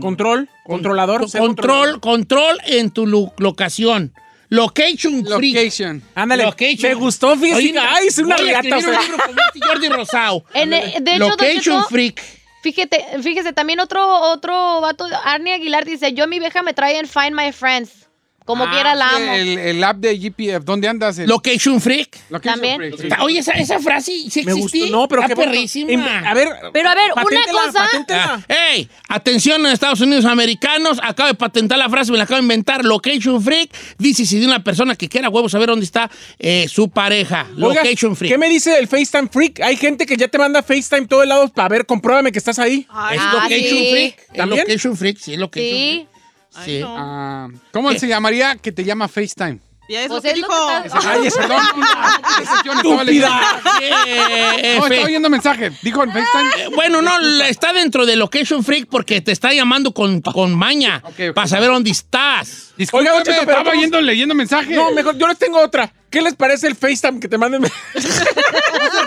Speaker 3: Control, controlador, ser
Speaker 1: Mm. Control, control en tu lu- locación. Location freak.
Speaker 4: Location.
Speaker 3: Ándale,
Speaker 1: Location.
Speaker 3: me gustó, fíjese.
Speaker 1: Oye,
Speaker 3: ay, es una
Speaker 1: voy a
Speaker 3: riata. o
Speaker 1: escribir
Speaker 3: sea.
Speaker 1: un libro como este Jordi Rosado.
Speaker 2: En, eh, de hecho, Don
Speaker 1: Location
Speaker 2: Cheto,
Speaker 1: Freak.
Speaker 2: Fíjate, fíjese, también otro, otro vato, Arnie Aguilar dice, yo a mi vieja me trae en Find My Friends. Como
Speaker 4: Ah,
Speaker 2: quiera la
Speaker 4: sí,
Speaker 2: amo.
Speaker 4: El, el app de GPF, ¿dónde andas? El-
Speaker 1: Location Freak.
Speaker 4: Location
Speaker 2: También.
Speaker 4: Freak, sí.
Speaker 1: Está- Oye, esa, esa frase sí
Speaker 3: Me
Speaker 1: existía.
Speaker 3: gustó. No, pero
Speaker 1: Está
Speaker 3: qué bonito.
Speaker 1: perrísima.
Speaker 3: Em, A ver.
Speaker 2: Ah, Pero, a ver, una
Speaker 3: paténtela,
Speaker 2: cosa-
Speaker 1: Ah,
Speaker 3: paténtela.
Speaker 1: ¡Ey! Atención en Estados Unidos americanos. Acabo de patentar la frase, me la acabo de inventar. Location Freak. Dice si de una persona que quiera huevos saber dónde está eh, su pareja.
Speaker 3: Oiga,
Speaker 1: Location Freak.
Speaker 3: ¿Qué me dice el FaceTime Freak? Hay gente que ya te manda FaceTime todo el lado para ver, compruébame que estás ahí.
Speaker 5: Ay,
Speaker 1: Es
Speaker 2: Ah,
Speaker 1: Location
Speaker 2: sí.
Speaker 1: Freak. Es
Speaker 3: ¿También?
Speaker 1: Location Freak, sí, es Location
Speaker 2: Sí.
Speaker 1: Freak.
Speaker 5: ay,
Speaker 1: Sí.
Speaker 5: no.
Speaker 4: Ah, ¿Cómo se llamaría que te llama FaceTime?
Speaker 5: Ya es
Speaker 2: Pues
Speaker 5: lo que
Speaker 2: es lo
Speaker 5: dijo.
Speaker 2: que está-
Speaker 4: Ay, ese don. Ese yo no estaba leyendo.
Speaker 1: Eh,
Speaker 4: No,
Speaker 1: F.
Speaker 4: estaba oyendo mensaje. Dijo en FaceTime.
Speaker 1: Bueno, no, la- está dentro de Location Freak porque te está llamando con, con maña
Speaker 4: Ok, ok.
Speaker 1: para saber dónde estás.
Speaker 4: Discúlpame,
Speaker 3: Oiga, don Cheto, pero
Speaker 4: estaba
Speaker 3: vamos-
Speaker 4: oyendo leyendo mensaje.
Speaker 3: No, mejor, yo les tengo otra. ¿Qué les parece el FaceTime que te manden?
Speaker 4: Entonces,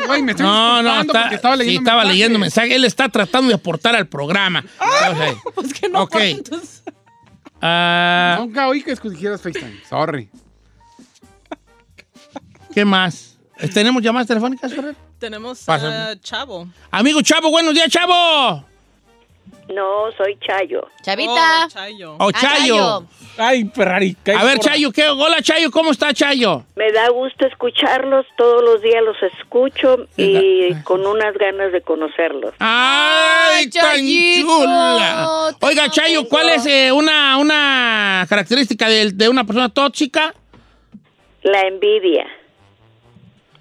Speaker 4: güey, me estoy
Speaker 1: No, no,
Speaker 4: disculpando
Speaker 1: está-
Speaker 4: porque estaba
Speaker 1: sí,
Speaker 4: leyendo
Speaker 1: estaba
Speaker 4: mensaje.
Speaker 1: leyendo mensaje. Él está tratando de aportar al programa.
Speaker 4: Ah,
Speaker 1: Entonces,
Speaker 5: Pues que no.
Speaker 1: Ok.
Speaker 5: pues, entonces-
Speaker 1: ah,
Speaker 4: Nunca oí que escogieras FaceTime. Sorry.
Speaker 1: ¿Qué más? ¿Tenemos llamadas telefónicas, Ferrer?
Speaker 5: Tenemos
Speaker 1: Pásame.
Speaker 5: a Chavo.
Speaker 1: Amigo Chavo, buenos días, Chavo.
Speaker 8: No, soy Chayo.
Speaker 2: Chavita.
Speaker 5: Oh, Chayo.
Speaker 1: O
Speaker 2: Ah,
Speaker 1: Chayo.
Speaker 3: Ay, Ferrari. cae
Speaker 1: A ver,
Speaker 3: gorda.
Speaker 1: Chayo, ¿qué? Hola, Chayo, ¿cómo está, Chayo?
Speaker 8: Me da gusto escucharlos, todos los días los escucho y con unas ganas de conocerlos.
Speaker 1: ¡Ay,
Speaker 2: Ay,
Speaker 1: tan
Speaker 2: Chayito,
Speaker 1: chula!
Speaker 2: te
Speaker 1: Oiga, Chayo,
Speaker 2: amo.
Speaker 1: ¿cuál es eh, una, una característica de, de una persona tóxica?
Speaker 8: La envidia.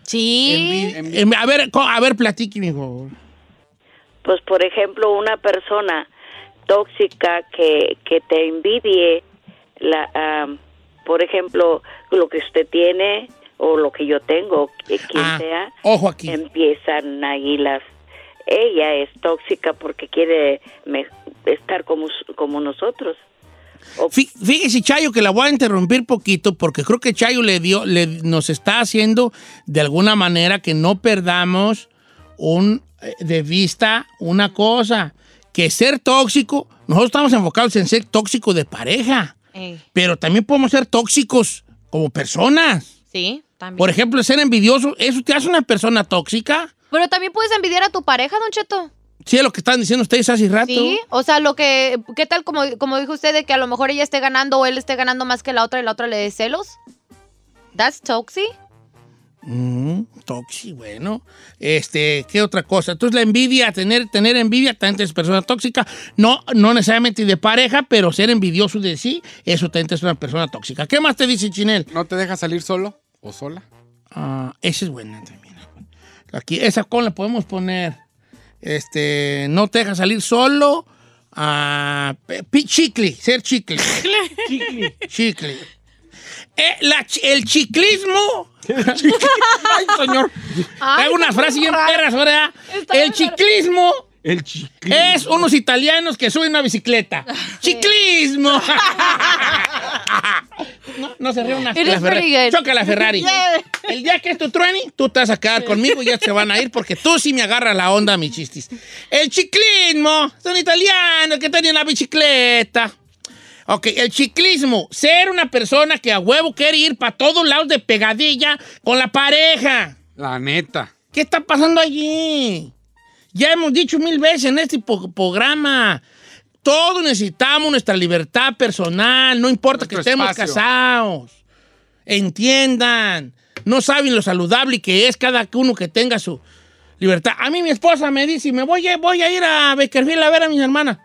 Speaker 2: Sí.
Speaker 1: Em, a ver, co- a ver, platique, mijo.
Speaker 8: Pues, por ejemplo, una persona tóxica que, que te envidie, la, am, por ejemplo, lo que usted tiene o lo que yo tengo, que- quien
Speaker 1: Ah,
Speaker 8: sea,
Speaker 1: ojo aquí.
Speaker 8: empiezan ahí las... Ella es tóxica porque quiere me- estar como, su- como nosotros. O-
Speaker 1: Fí- Fíjese, Chayo, que la voy a interrumpir poquito porque creo que Chayo le dio, le, nos está haciendo de alguna manera que no perdamos un, eh, de vista una cosa, que ser tóxico, nosotros estamos enfocados en ser tóxico de pareja,
Speaker 2: Eh,
Speaker 1: pero también podemos ser tóxicos como personas.
Speaker 2: sí, también.
Speaker 1: Por ejemplo, ser envidioso, ¿eso te hace una persona tóxica?
Speaker 2: Pero también puedes envidiar a tu pareja, Don Cheto.
Speaker 1: Sí, es lo que están diciendo ustedes hace rato.
Speaker 2: Sí, o sea, lo que, ¿qué tal como, como dijo usted de que a lo mejor ella esté ganando o él esté ganando más que la otra y la otra le dé celos? That's toxic.
Speaker 1: Mm, tóxico, bueno. Este, ¿qué otra cosa? Entonces la envidia, tener, tener envidia, tanto es persona tóxica, no, no necesariamente de pareja, pero ser envidioso de sí, eso te es una persona tóxica. ¿Qué más te dice Chinel?
Speaker 4: ¿No te deja salir solo o sola?
Speaker 1: Ah, esa es buena también. Aquí, esa con la podemos poner. Este, no te deja salir solo. Ah, pe- pi- chicle, ser chicle. chicle. Chicle. Eh, la chi- el chiclismo. Ay, señor. Hay unas frases bien perras, ¿verdad? El chiclismo
Speaker 4: El chicle.
Speaker 1: es unos italianos que suben una bicicleta. ¡Chiclismo! no, no se ríe una
Speaker 2: It is pretty
Speaker 1: Ferrari.
Speaker 2: good.
Speaker 1: Choca la Ferrari. El día que esto truene, tú te vas a quedar conmigo y ya se van a ir porque tú sí me agarras la onda, mis chistis. El chiclismo son italianos que tienen una bicicleta. Ok, el chiclismo, ser una persona que a huevo quiere ir para todos lados de pegadilla con la pareja.
Speaker 4: La neta.
Speaker 1: ¿Qué está pasando allí? Ya hemos dicho mil veces en este po- programa. Todos necesitamos nuestra libertad personal, no importa
Speaker 4: Nuestro
Speaker 1: que estemos
Speaker 4: espacio.
Speaker 1: casados. Entiendan. No saben lo saludable que es cada uno que tenga su libertad. A mí mi esposa me dice, me voy a, voy a ir a Beckerfield a ver a mis hermanas.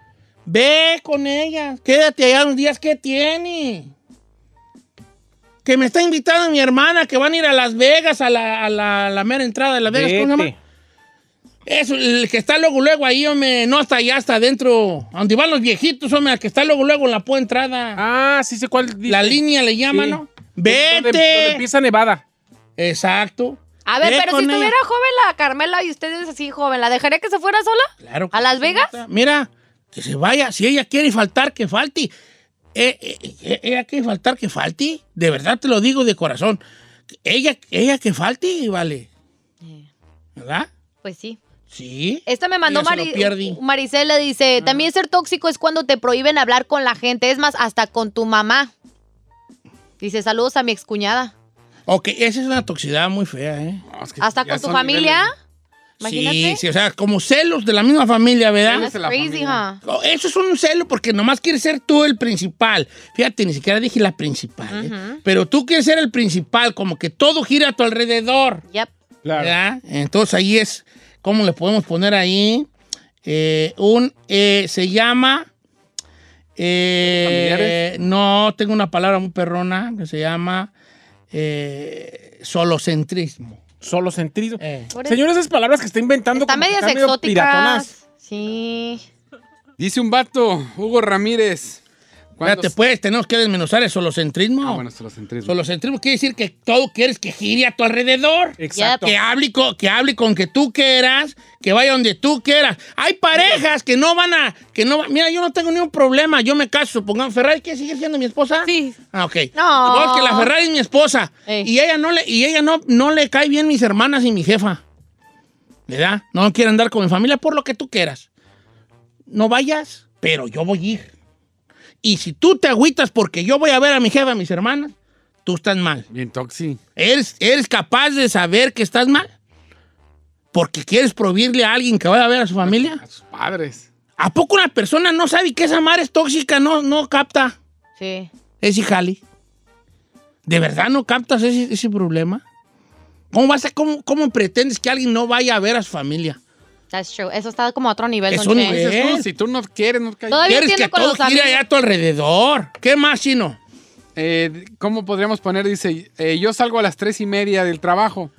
Speaker 1: Ve con ellas, quédate allá unos días que tiene que me está invitando mi hermana, que van a ir a Las Vegas, a la, a la, a la mera entrada de Las Vegas. ¿Cómo se
Speaker 3: Vete.
Speaker 1: llama? Eso, el que está luego, luego ahí, hombre, no hasta allá, hasta adentro, a donde van los viejitos, hombre, al que está luego, luego en la púa entrada.
Speaker 3: Ah, sí sé cuál. dice.
Speaker 1: la línea le llaman,
Speaker 3: Sí.
Speaker 1: ¿no?
Speaker 3: Donde-
Speaker 1: ¡Vete!
Speaker 3: donde empieza Nevada.
Speaker 1: Exacto.
Speaker 2: A ver,
Speaker 1: Ve
Speaker 2: pero
Speaker 1: con
Speaker 2: si
Speaker 1: ella.
Speaker 2: estuviera joven la Carmela y ustedes así joven, ¿la dejaría que se fuera sola?
Speaker 1: Claro.
Speaker 2: ¿A Las
Speaker 1: sí,
Speaker 2: Vegas?
Speaker 1: neta. Mira, que se vaya. Si ella quiere faltar, que falte. Eh, eh, eh, ella quiere faltar, que falte. De verdad te lo digo de corazón. Ella, ella que falte, vale.
Speaker 2: Eh.
Speaker 1: ¿Verdad?
Speaker 2: Pues sí.
Speaker 1: Sí.
Speaker 2: Esta me mandó
Speaker 1: Ella se lo
Speaker 2: Mari-
Speaker 1: pierde. Ah.
Speaker 2: Maricela, dice, también ser tóxico es cuando te prohíben hablar con la gente, es más, hasta con tu mamá. Dice, saludos a mi excuñada.
Speaker 1: Ok, esa es una toxicidad muy fea, ¿eh?
Speaker 4: No, es que
Speaker 2: Hasta
Speaker 4: ya
Speaker 2: con tu
Speaker 4: son
Speaker 2: familia.
Speaker 4: niveles.
Speaker 1: Sí,
Speaker 2: Imagínate.
Speaker 1: sí, o sea, como celos de la misma familia, ¿verdad? Oh,
Speaker 2: That's crazy, huh?
Speaker 1: Eso es un celo porque nomás quieres ser tú el principal. Fíjate, ni siquiera dije la principal. ¿eh? Pero tú quieres ser el principal, como que todo gira a tu alrededor.
Speaker 2: Yep.
Speaker 1: ¿verdad? Entonces ahí es, ¿cómo le podemos poner ahí? Eh, un, eh, se llama... eh, no, tengo una palabra muy perrona que se llama eh, solocentrismo.
Speaker 3: Solo sentido.
Speaker 1: Eh.
Speaker 2: Por eso-
Speaker 3: Señor, esas palabras que está inventando
Speaker 2: Están
Speaker 3: como que
Speaker 2: medias
Speaker 3: están medio piratonas.
Speaker 2: exóticas. Sí.
Speaker 4: Dice un vato, Hugo Ramírez. ¿cuándo
Speaker 1: Espérate,
Speaker 4: se-
Speaker 1: pues, tenemos que desmenuzar el solocentrismo.
Speaker 4: Ah, bueno, se los centrismo.
Speaker 1: Solocentrismo quiere decir que todo quieres que gire a tu alrededor.
Speaker 3: Exacto.
Speaker 1: Que hable, con, que hable con que tú quieras, que vaya donde tú quieras. Hay parejas que no van a, que no va- Mira, yo no tengo ningún problema. Yo me caso, supongamos, Ferrari que sigue siendo mi esposa.
Speaker 5: Sí.
Speaker 1: Ah, ok.
Speaker 2: No.
Speaker 1: que la Ferrari es mi esposa.
Speaker 2: Ey.
Speaker 1: Y ella no le, y ella no, no le cae bien mis hermanas y mi jefa. ¿Verdad? No quiere andar con mi familia por lo que tú quieras. No vayas, pero yo voy a ir. Y si tú te agüitas porque yo voy a ver a mi jefa, a mis hermanas, tú estás mal.
Speaker 4: Bien toxi.
Speaker 1: ¿Eres, eres capaz de saber que estás mal? ¿Porque quieres prohibirle a alguien que vaya a ver a su familia?
Speaker 4: A sus padres.
Speaker 1: ¿A poco una persona no sabe que esa madre es tóxica? No, no capta
Speaker 2: Sí.
Speaker 1: ese jali. ¿De verdad no captas ese, ese problema? ¿Cómo, vas a, cómo, cómo pretendes que alguien no vaya a ver a su familia?
Speaker 2: That's true. Eso está como a otro nivel.
Speaker 1: Es
Speaker 2: Pues, don
Speaker 1: un
Speaker 2: Che.
Speaker 1: nivel.
Speaker 4: Dices tú,
Speaker 1: Él.
Speaker 4: si tú no quieres, no caes.
Speaker 2: Todavía
Speaker 1: ¿Quieres
Speaker 2: entiendo
Speaker 1: que
Speaker 2: con
Speaker 1: todo
Speaker 2: los
Speaker 1: gire
Speaker 2: amigos.
Speaker 1: allá a tu alrededor? ¿Qué más, Chino?
Speaker 4: Eh, ¿Cómo podríamos poner? Dice, eh, yo salgo a las tres y media del trabajo.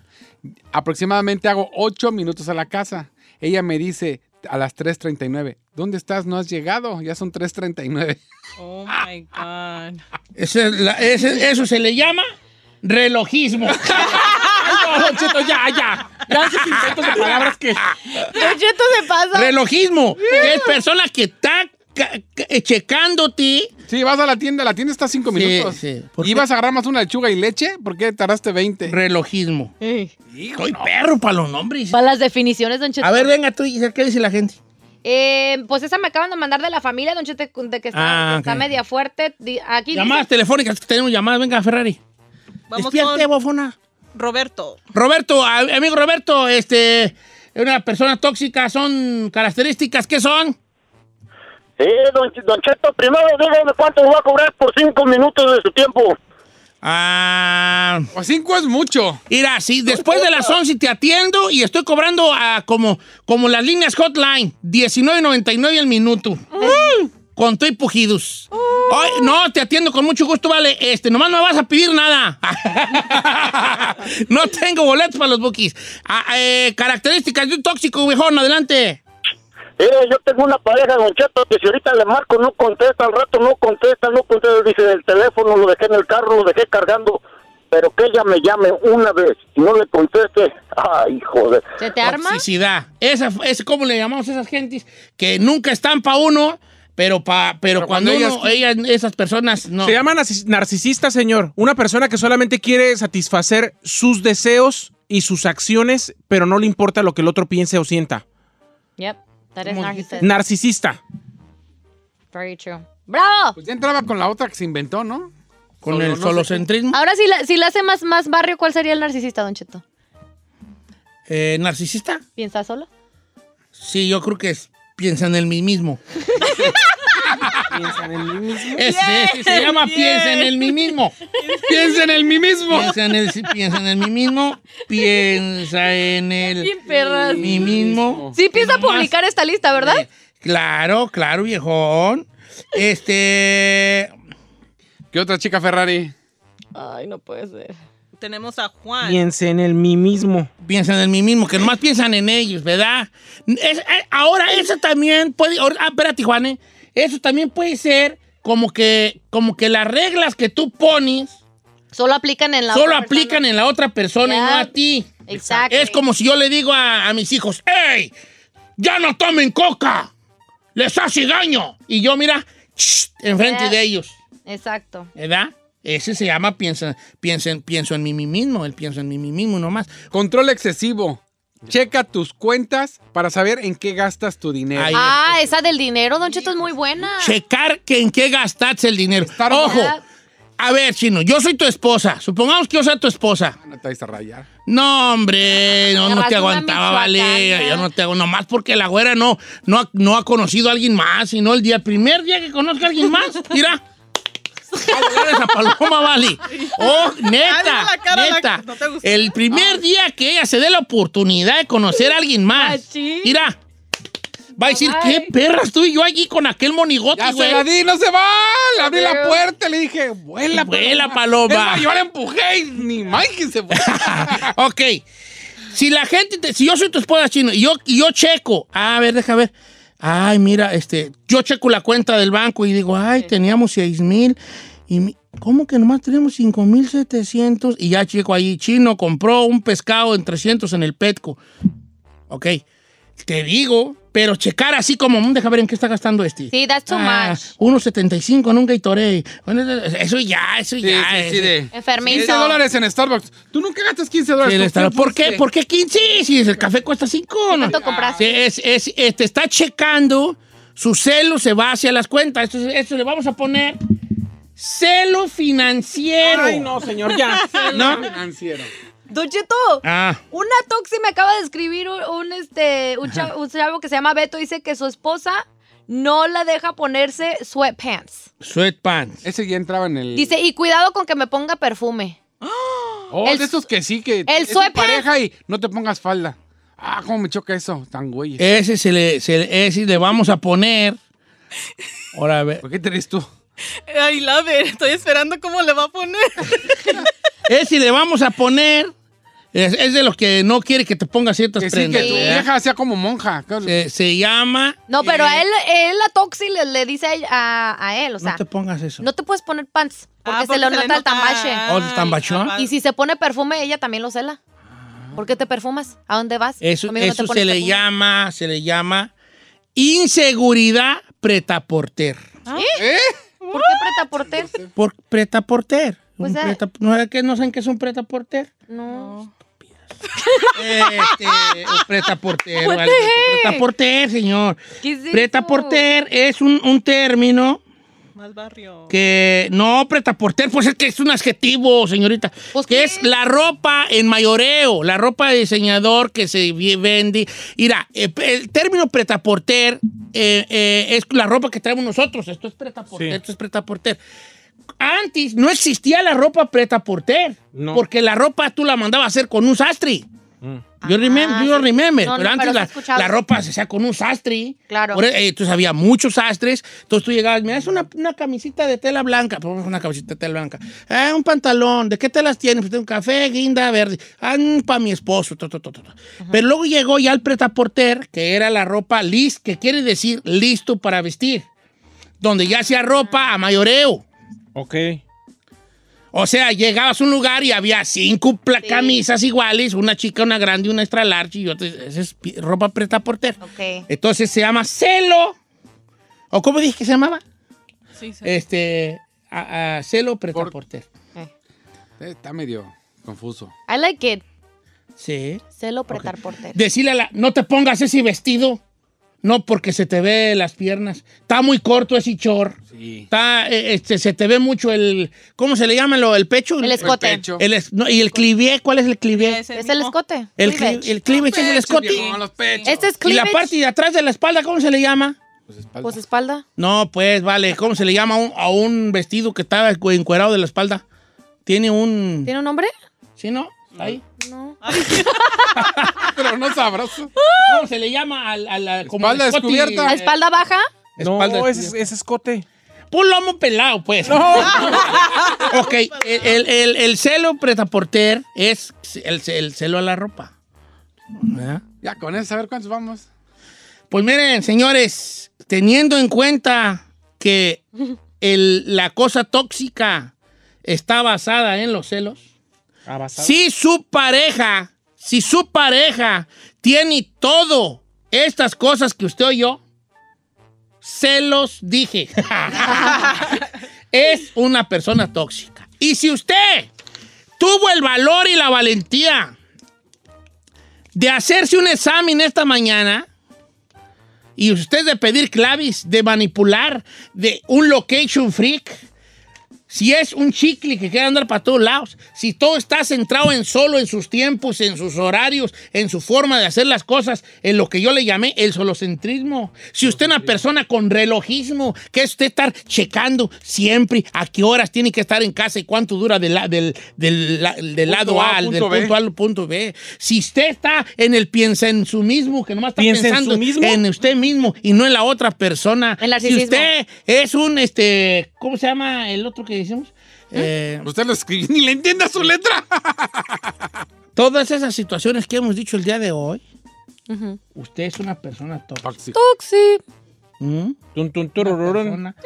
Speaker 4: Aproximadamente hago ocho minutos a la casa. Ella me dice Eh, a las 3.39, ¿dónde estás? No has llegado. Ya son 3.39.
Speaker 5: Oh my God.
Speaker 1: Ese es la- ese- eso se le llama relojismo.
Speaker 3: Ay, no, Don Cheto, ya, ya. Ya esos inventos de palabras que.
Speaker 2: Don Cheto se pasa.
Speaker 1: Relojismo. que es persona que está ca- ca- eh, checándote.
Speaker 4: Sí, vas a la tienda, la tienda está a cinco
Speaker 1: Sí,
Speaker 4: minutos.
Speaker 1: sí. ¿Por
Speaker 4: ¿Y
Speaker 1: qué?
Speaker 4: vas a agarrar más una lechuga y leche? ¿Por qué tardaste 20?
Speaker 1: Relojismo. Soy perro para los nombres.
Speaker 2: Para las definiciones, Don Cheto.
Speaker 1: A ver, venga tú, Giselle, ¿qué dice la gente?
Speaker 2: Eh, pues esa me acaban de mandar de la familia, Don Cheto, de que
Speaker 1: Ah,
Speaker 2: está, que está
Speaker 1: ok.
Speaker 2: media fuerte. Di- Aquí dice-
Speaker 1: Llamadas telefónicas, que tenemos llamadas. Venga, Ferrari.
Speaker 5: Vamos
Speaker 1: Despierte,
Speaker 5: con
Speaker 1: bofona.
Speaker 5: Roberto.
Speaker 1: Roberto, a- amigo Roberto, este, una persona tóxica, ¿son características qué son?
Speaker 6: Sí, don, don Cheto, primero dígame cuánto va a cobrar por cinco minutos de su tiempo.
Speaker 1: Ah,
Speaker 4: O
Speaker 3: Pues
Speaker 4: cinco es mucho.
Speaker 1: mira, si después de las 11 te atiendo y estoy cobrando ah, como, como las líneas hotline, 19.99 el minuto. Con tu y pujidos. Ay, no, te atiendo con mucho gusto, vale. Este, nomás no me vas a pedir nada. no tengo boletos para los bookies. Ah, eh, características de un tóxico, viejón, adelante.
Speaker 6: Eh, yo tengo una pareja, Don Cheto, que si ahorita le marco no contesta, al rato no contesta, no contesta, dice el teléfono, lo dejé en el carro, lo dejé cargando, pero que ella me llame una vez y no le conteste, ay, joder.
Speaker 2: ¿Se te arma?
Speaker 1: Toxicidad. Esa, es como le llamamos a esas gentes que nunca están para uno, pero pa, pero, cuando,
Speaker 4: cuando
Speaker 1: uno- ellas- esas personas no.
Speaker 3: Se llama narcis- narcisista, señor. Una persona que solamente quiere satisfacer sus deseos y sus acciones, pero no le importa lo que el otro piense o sienta.
Speaker 2: Yep. That is
Speaker 1: ¿Cómo
Speaker 2: narcissist.
Speaker 3: Narcisista.
Speaker 2: Very true. ¡Bravo!
Speaker 4: Pues ya entraba con la otra que se inventó, ¿no?
Speaker 1: con el solocentrismo.
Speaker 2: Ahora, si la, si la hace más, más barrio, ¿cuál sería el narcisista, Don Cheto?
Speaker 1: Eh, ¿Narcisista?
Speaker 2: ¿Piensa solo?
Speaker 1: Sí, yo creo que es- piensa en el mí mismo. Ese, ese se llama piensa en el mí mismo.
Speaker 4: Piensa en el mí mismo.
Speaker 1: Piensa en el, sí, piensa en el mí mismo. Piensa en el
Speaker 2: Bien perras.
Speaker 1: mí mismo.
Speaker 2: Sí, piensa
Speaker 1: Nomás-
Speaker 2: publicar esta lista, ¿verdad?
Speaker 1: Eh, Claro, claro, viejón. Este.
Speaker 4: ¿Qué otra chica Ferrari?
Speaker 2: Ay, no puede ser.
Speaker 5: Tenemos a Juan.
Speaker 3: Piense en el mí mismo.
Speaker 1: piensan en mí mismo, que nomás piensan en ellos, ¿verdad? Es- eh, ahora, eso también puede. ahora- Ah, espérate, Juan, ¿eh? Eso también puede ser como que, como que las reglas que tú pones
Speaker 2: Solo aplican en la
Speaker 1: solo
Speaker 2: otra
Speaker 1: aplican
Speaker 2: persona.
Speaker 1: en la otra persona y
Speaker 2: Ya.
Speaker 1: no a ti.
Speaker 2: Exacto.
Speaker 1: Es como si yo le digo a, a mis hijos, ¡Ey! ¡Ya no tomen coca! ¡Les hace daño! Y yo, mira, ¡ch! enfrente
Speaker 2: Ya.
Speaker 1: de ellos,
Speaker 2: Exacto.
Speaker 1: ¿verdad? Ese se llama piensa, piensa en- pienso en mí mismo, el pienso en mí mismo nomás.
Speaker 4: Control excesivo. Checa tus cuentas para saber en qué gastas tu dinero.
Speaker 1: Ay,
Speaker 2: Ah, esa del dinero, Don Cheto, es muy buena.
Speaker 1: checar que en qué gastaste el dinero.
Speaker 4: Estar-
Speaker 1: Ojo,
Speaker 2: ¿Verdad?
Speaker 1: A ver, chino, yo soy tu esposa. Supongamos que yo sea tu esposa.
Speaker 4: Ah, No te vais a rayar.
Speaker 1: No, hombre, no,
Speaker 2: Me
Speaker 1: no te
Speaker 2: rasgo una
Speaker 1: aguantaba, vale.
Speaker 2: michoacana.
Speaker 1: Yo no te hago, nomás porque la güera no, no, ha- no ha conocido a alguien más, sino el día, el primer día que conozca a alguien más, mira. a volar esa paloma, vale. Oh,
Speaker 5: Ay,
Speaker 1: neta,
Speaker 5: la cara, la-
Speaker 1: neta.
Speaker 5: no te gustó.
Speaker 1: el primer día que ella se dé la oportunidad de conocer a alguien más,
Speaker 2: Machín.
Speaker 1: mira. Va a decir,
Speaker 2: Ay.
Speaker 1: qué perras tú y yo allí con aquel monigote,
Speaker 4: Ya
Speaker 1: güey.
Speaker 4: se la di, no se va. Le abrí la
Speaker 2: Pero-
Speaker 4: puerta, le dije, vuela,
Speaker 1: Vuela, paloma.
Speaker 4: Es más, yo la empujé y ni Mike que se fue.
Speaker 1: ok. Si la gente, te- si yo soy tu esposa chino y yo, y yo checo, Ah, a ver, deja ver. Ay, mira, este, yo checo la cuenta del banco y digo, ay, teníamos seis mil. Y mi- ¿Cómo que nomás tenemos 5,700? Y ya checo ahí, chino compró un pescado en 300 en el Petco. Ok, te digo, pero checar así como, "Mm, deja ver en qué está gastando este.
Speaker 2: Sí, that's too much.
Speaker 1: 1,75 en un Gatorade. Bueno, eso ya, eso
Speaker 4: Sí,
Speaker 1: ya.
Speaker 4: sí, sí,
Speaker 1: eso-
Speaker 4: de-
Speaker 2: Enfermizo.
Speaker 4: 15 dólares en Starbucks. Tú nunca gastas 15 dólares.
Speaker 1: Sí,
Speaker 4: ¿Tú
Speaker 1: le estará- ¿Por
Speaker 4: fuiste?
Speaker 1: qué? ¿Por qué 15? Si el café cuesta 5.
Speaker 2: ¿Cuánto compraste?
Speaker 1: te este, está checando, su celo se va hacia las cuentas. Esto, es- esto le vamos a poner celo financiero.
Speaker 3: Ay, no, señor, ya.
Speaker 1: ¿No?
Speaker 4: Financiero.
Speaker 2: Don Cheto,
Speaker 1: Ah.
Speaker 2: una toxi me acaba de escribir un, un, este, un, cha- un chavo que se llama Beto. Dice que su esposa no la deja ponerse sweatpants.
Speaker 1: Sweatpants.
Speaker 4: Ese ya entraba en el.
Speaker 2: Dice, y cuidado con que me ponga perfume.
Speaker 4: Oh,
Speaker 2: el-
Speaker 4: de esos que sí, que. es tu
Speaker 2: sweatpants.
Speaker 4: pareja y no te pongas falda. Ah, cómo me choca eso, tan güey.
Speaker 1: Ese, se le, se le- ese le vamos a poner. Ahora a ver.
Speaker 4: ¿Por qué te eres tú?
Speaker 5: I love it. Estoy esperando cómo le va a poner.
Speaker 1: Ese le vamos a poner. Es, es de los que no quiere que te pongas ciertas
Speaker 4: Que sí, que
Speaker 1: prendas.
Speaker 4: tu
Speaker 1: ¿verdad?
Speaker 4: vieja sea como monja. claro.
Speaker 1: se, se llama.
Speaker 2: No, pero
Speaker 1: eh,
Speaker 2: a él, él la toxi le, le dice a, ella- a- a él, o sea,
Speaker 1: No te Ah, pongas eso.
Speaker 2: no te puedes poner pants porque
Speaker 5: Ah,
Speaker 2: se le nota el tambache.
Speaker 1: Oh, el tambachón.
Speaker 2: Y si se pone perfume, ella también lo cela. ¿Por qué te perfumas? ¿A dónde vas?
Speaker 1: Ah. Eso,
Speaker 2: Conmigo no te
Speaker 1: eso
Speaker 2: pones
Speaker 1: se le
Speaker 2: perfume.
Speaker 1: llama, se le llama inseguridad pretaporter.
Speaker 2: ¿Por qué preta por ter?
Speaker 1: Por pretaporter.
Speaker 2: Pues,
Speaker 1: Un
Speaker 2: ah.
Speaker 1: preta- no, sé qué- no saben qué es un pretaporter.
Speaker 2: No.
Speaker 1: Este, un pretaporter, vale. Pretaporter, señor.
Speaker 2: ¿Qué es eso?
Speaker 1: Pretaporter es un, un término
Speaker 5: Mal barrio.
Speaker 1: que no pretaporter, pues es que es un adjetivo, señorita.
Speaker 2: Pues,
Speaker 1: que
Speaker 2: ¿qué?
Speaker 1: es la ropa en mayoreo, la ropa de diseñador que se vi- vende. Mira, eh, el término pretaporter eh, eh, es la ropa que traemos nosotros. Esto es pretaporter,
Speaker 3: Sí.
Speaker 1: esto es pretaporter. Antes no existía la ropa pretaporter,
Speaker 3: No. Mm.
Speaker 1: porque la ropa tú la mandabas a hacer con un sastre. Yo remember,
Speaker 2: Ah,
Speaker 1: yo
Speaker 2: sí.
Speaker 1: remember,
Speaker 2: No, no,
Speaker 1: pero antes
Speaker 2: pero sí he
Speaker 1: la- la,
Speaker 2: escuchado.
Speaker 1: ropa se hacía con un sastre.
Speaker 2: Claro.
Speaker 1: Por e- eh, entonces había muchos sastres. Entonces tú llegabas, me das una, una camisita de tela blanca, pues, una camisita de tela blanca. Ah, un pantalón, ¿de qué telas tienes? Pues tengo café, guinda, verde. Ah, para mi esposo. to, to, to, to, to. Pero luego llegó ya el pretaporter, que era la ropa list, que quiere decir listo para vestir, donde ya hacía ropa
Speaker 2: Ah.
Speaker 1: a mayoreo.
Speaker 3: Ok.
Speaker 1: O sea, llegabas a un lugar y había cinco pla- camisas iguales, una chica, una grande, una extra large y otra. Esa es pi- ropa preta porter.
Speaker 2: Ok. eh.
Speaker 1: Entonces se llama celo. ¿O cómo dije que se llamaba?
Speaker 5: Sí, sí.
Speaker 1: Este, a- a celo preta porter.
Speaker 4: Eh, Está medio confuso.
Speaker 2: I like it.
Speaker 1: Sí.
Speaker 2: Celo pretar por ter.
Speaker 1: Decirle a la, no te pongas ese vestido. No, porque se te ve las piernas. Está muy corto ese chor.
Speaker 4: Sí.
Speaker 1: Está, eh, este, se te ve mucho el, ¿cómo se le llama? lo- El pecho.
Speaker 2: El escote.
Speaker 4: El pecho.
Speaker 1: El es- no, y el clivé, ¿cuál es el clivé?
Speaker 5: Ese
Speaker 2: Es el
Speaker 5: mismo.
Speaker 2: escote.
Speaker 1: El,
Speaker 2: cleavage.
Speaker 1: cli- el cleavage es el escote.
Speaker 4: Con los pechos.
Speaker 2: Este es
Speaker 1: Y la
Speaker 2: cleavage.
Speaker 1: parte de atrás de la espalda, ¿cómo se le llama?
Speaker 4: Pues espalda.
Speaker 2: Pues espalda.
Speaker 1: No, pues vale, ¿cómo se le llama a un, a un vestido que está encuerado de la espalda? Tiene un...
Speaker 2: ¿Tiene un nombre?
Speaker 1: ¿Sí, no? Ahí.
Speaker 2: No.
Speaker 4: Pero no sabrás.
Speaker 1: ¿Cómo se le llama al- a la... como
Speaker 4: Espalda
Speaker 1: el escote?
Speaker 4: descubierta.
Speaker 2: ¿La espalda baja?
Speaker 3: No,
Speaker 1: Espalda
Speaker 3: ese es, ese es escote.
Speaker 1: Un Eh, lomo pelado, pues. ok, el, el, el, el celo pretaporter es el, el celo a la ropa. ¿Verdad?
Speaker 4: Ya con eso, a ver cuántos vamos.
Speaker 1: Pues miren, señores, teniendo en cuenta que el- la cosa tóxica está basada en los celos, si su pareja, si su pareja tiene todo estas cosas que usted oyó, se los dije. es una persona tóxica. Y si usted tuvo el valor y la valentía de hacerse un examen esta mañana, y usted de pedir clavis, de manipular, de un location freak, si es un chicle que quiere andar para todos lados, si todo está centrado en solo, en sus tiempos, en sus horarios, en su forma de hacer las cosas, en lo que yo le llamé el solocentrismo. Si usted es una persona con relojismo, que es usted estar checando siempre a qué horas tiene que estar en casa y cuánto dura del, la- del, del la- del lado
Speaker 4: A,
Speaker 1: A, al- del
Speaker 4: punto B.
Speaker 1: punto A al punto B. Si usted está en el piensa en su mismo, que nomás está
Speaker 3: ¿Piensa en
Speaker 1: pensando
Speaker 3: su mismo?
Speaker 1: en usted mismo y no en la otra persona.
Speaker 2: El narcisismo.
Speaker 1: si usted es un, este, ¿cómo se llama el otro que decimos? Eh,
Speaker 4: Usted lo escribió, ni le entienda su letra.
Speaker 1: todas esas situaciones que hemos dicho el día de hoy, usted es una persona tóxica.
Speaker 4: Tóxico.
Speaker 2: Toxic.
Speaker 1: ¿Mm?
Speaker 3: Tun, tun,
Speaker 1: Una
Speaker 3: turururun.
Speaker 1: persona-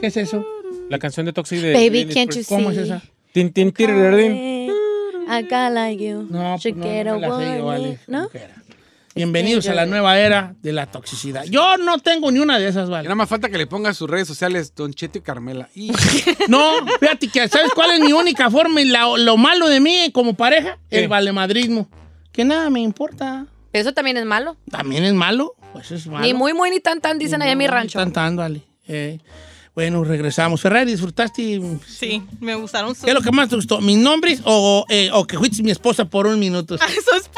Speaker 1: ¿Qué es eso?
Speaker 3: La canción de Toxic de.
Speaker 2: Baby,
Speaker 3: Britney
Speaker 2: can't you
Speaker 3: Spears.
Speaker 2: see?
Speaker 1: ¿Cómo es esa?
Speaker 3: Tin, tin, tiriririrín.
Speaker 2: Eh. Acá like you.
Speaker 1: No, pues
Speaker 2: Should
Speaker 1: no,
Speaker 2: get
Speaker 1: no
Speaker 2: a
Speaker 1: me la sé yo,
Speaker 2: warning.
Speaker 1: Alex,
Speaker 2: ¿No?
Speaker 1: como que era. Bienvenidos a la nueva era de la toxicidad. Yo no tengo ni una de esas,
Speaker 4: Y
Speaker 1: ¿vale?
Speaker 4: nada más falta que le ponga en sus redes sociales Don Cheto y Carmela. Y
Speaker 1: No, fíjate que ¿sabes cuál es mi única forma y la- lo malo de mí como pareja?
Speaker 3: ¿Qué?
Speaker 1: El valemadrismo. Que nada me importa.
Speaker 2: Eso también es malo.
Speaker 1: ¿También es malo? Pues es malo.
Speaker 2: Ni muy, muy, ni tan, tan, dicen allá en mi
Speaker 1: No,
Speaker 2: rancho.
Speaker 1: están tanto, Ale. Eh, bueno, regresamos. Ferrari, ¿disfrutaste?
Speaker 5: Sí, me gustaron sus...
Speaker 1: ¿Qué es lo que más te gustó? ¿Mis nombres o, eh, o que fuiste mi esposa por un minuto?
Speaker 5: ¡Ay, su esposa!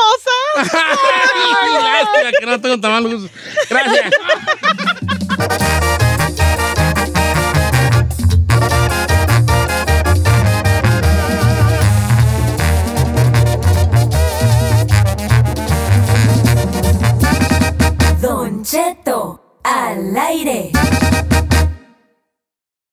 Speaker 1: Lástima que no tengo tan mal gusto. Gracias.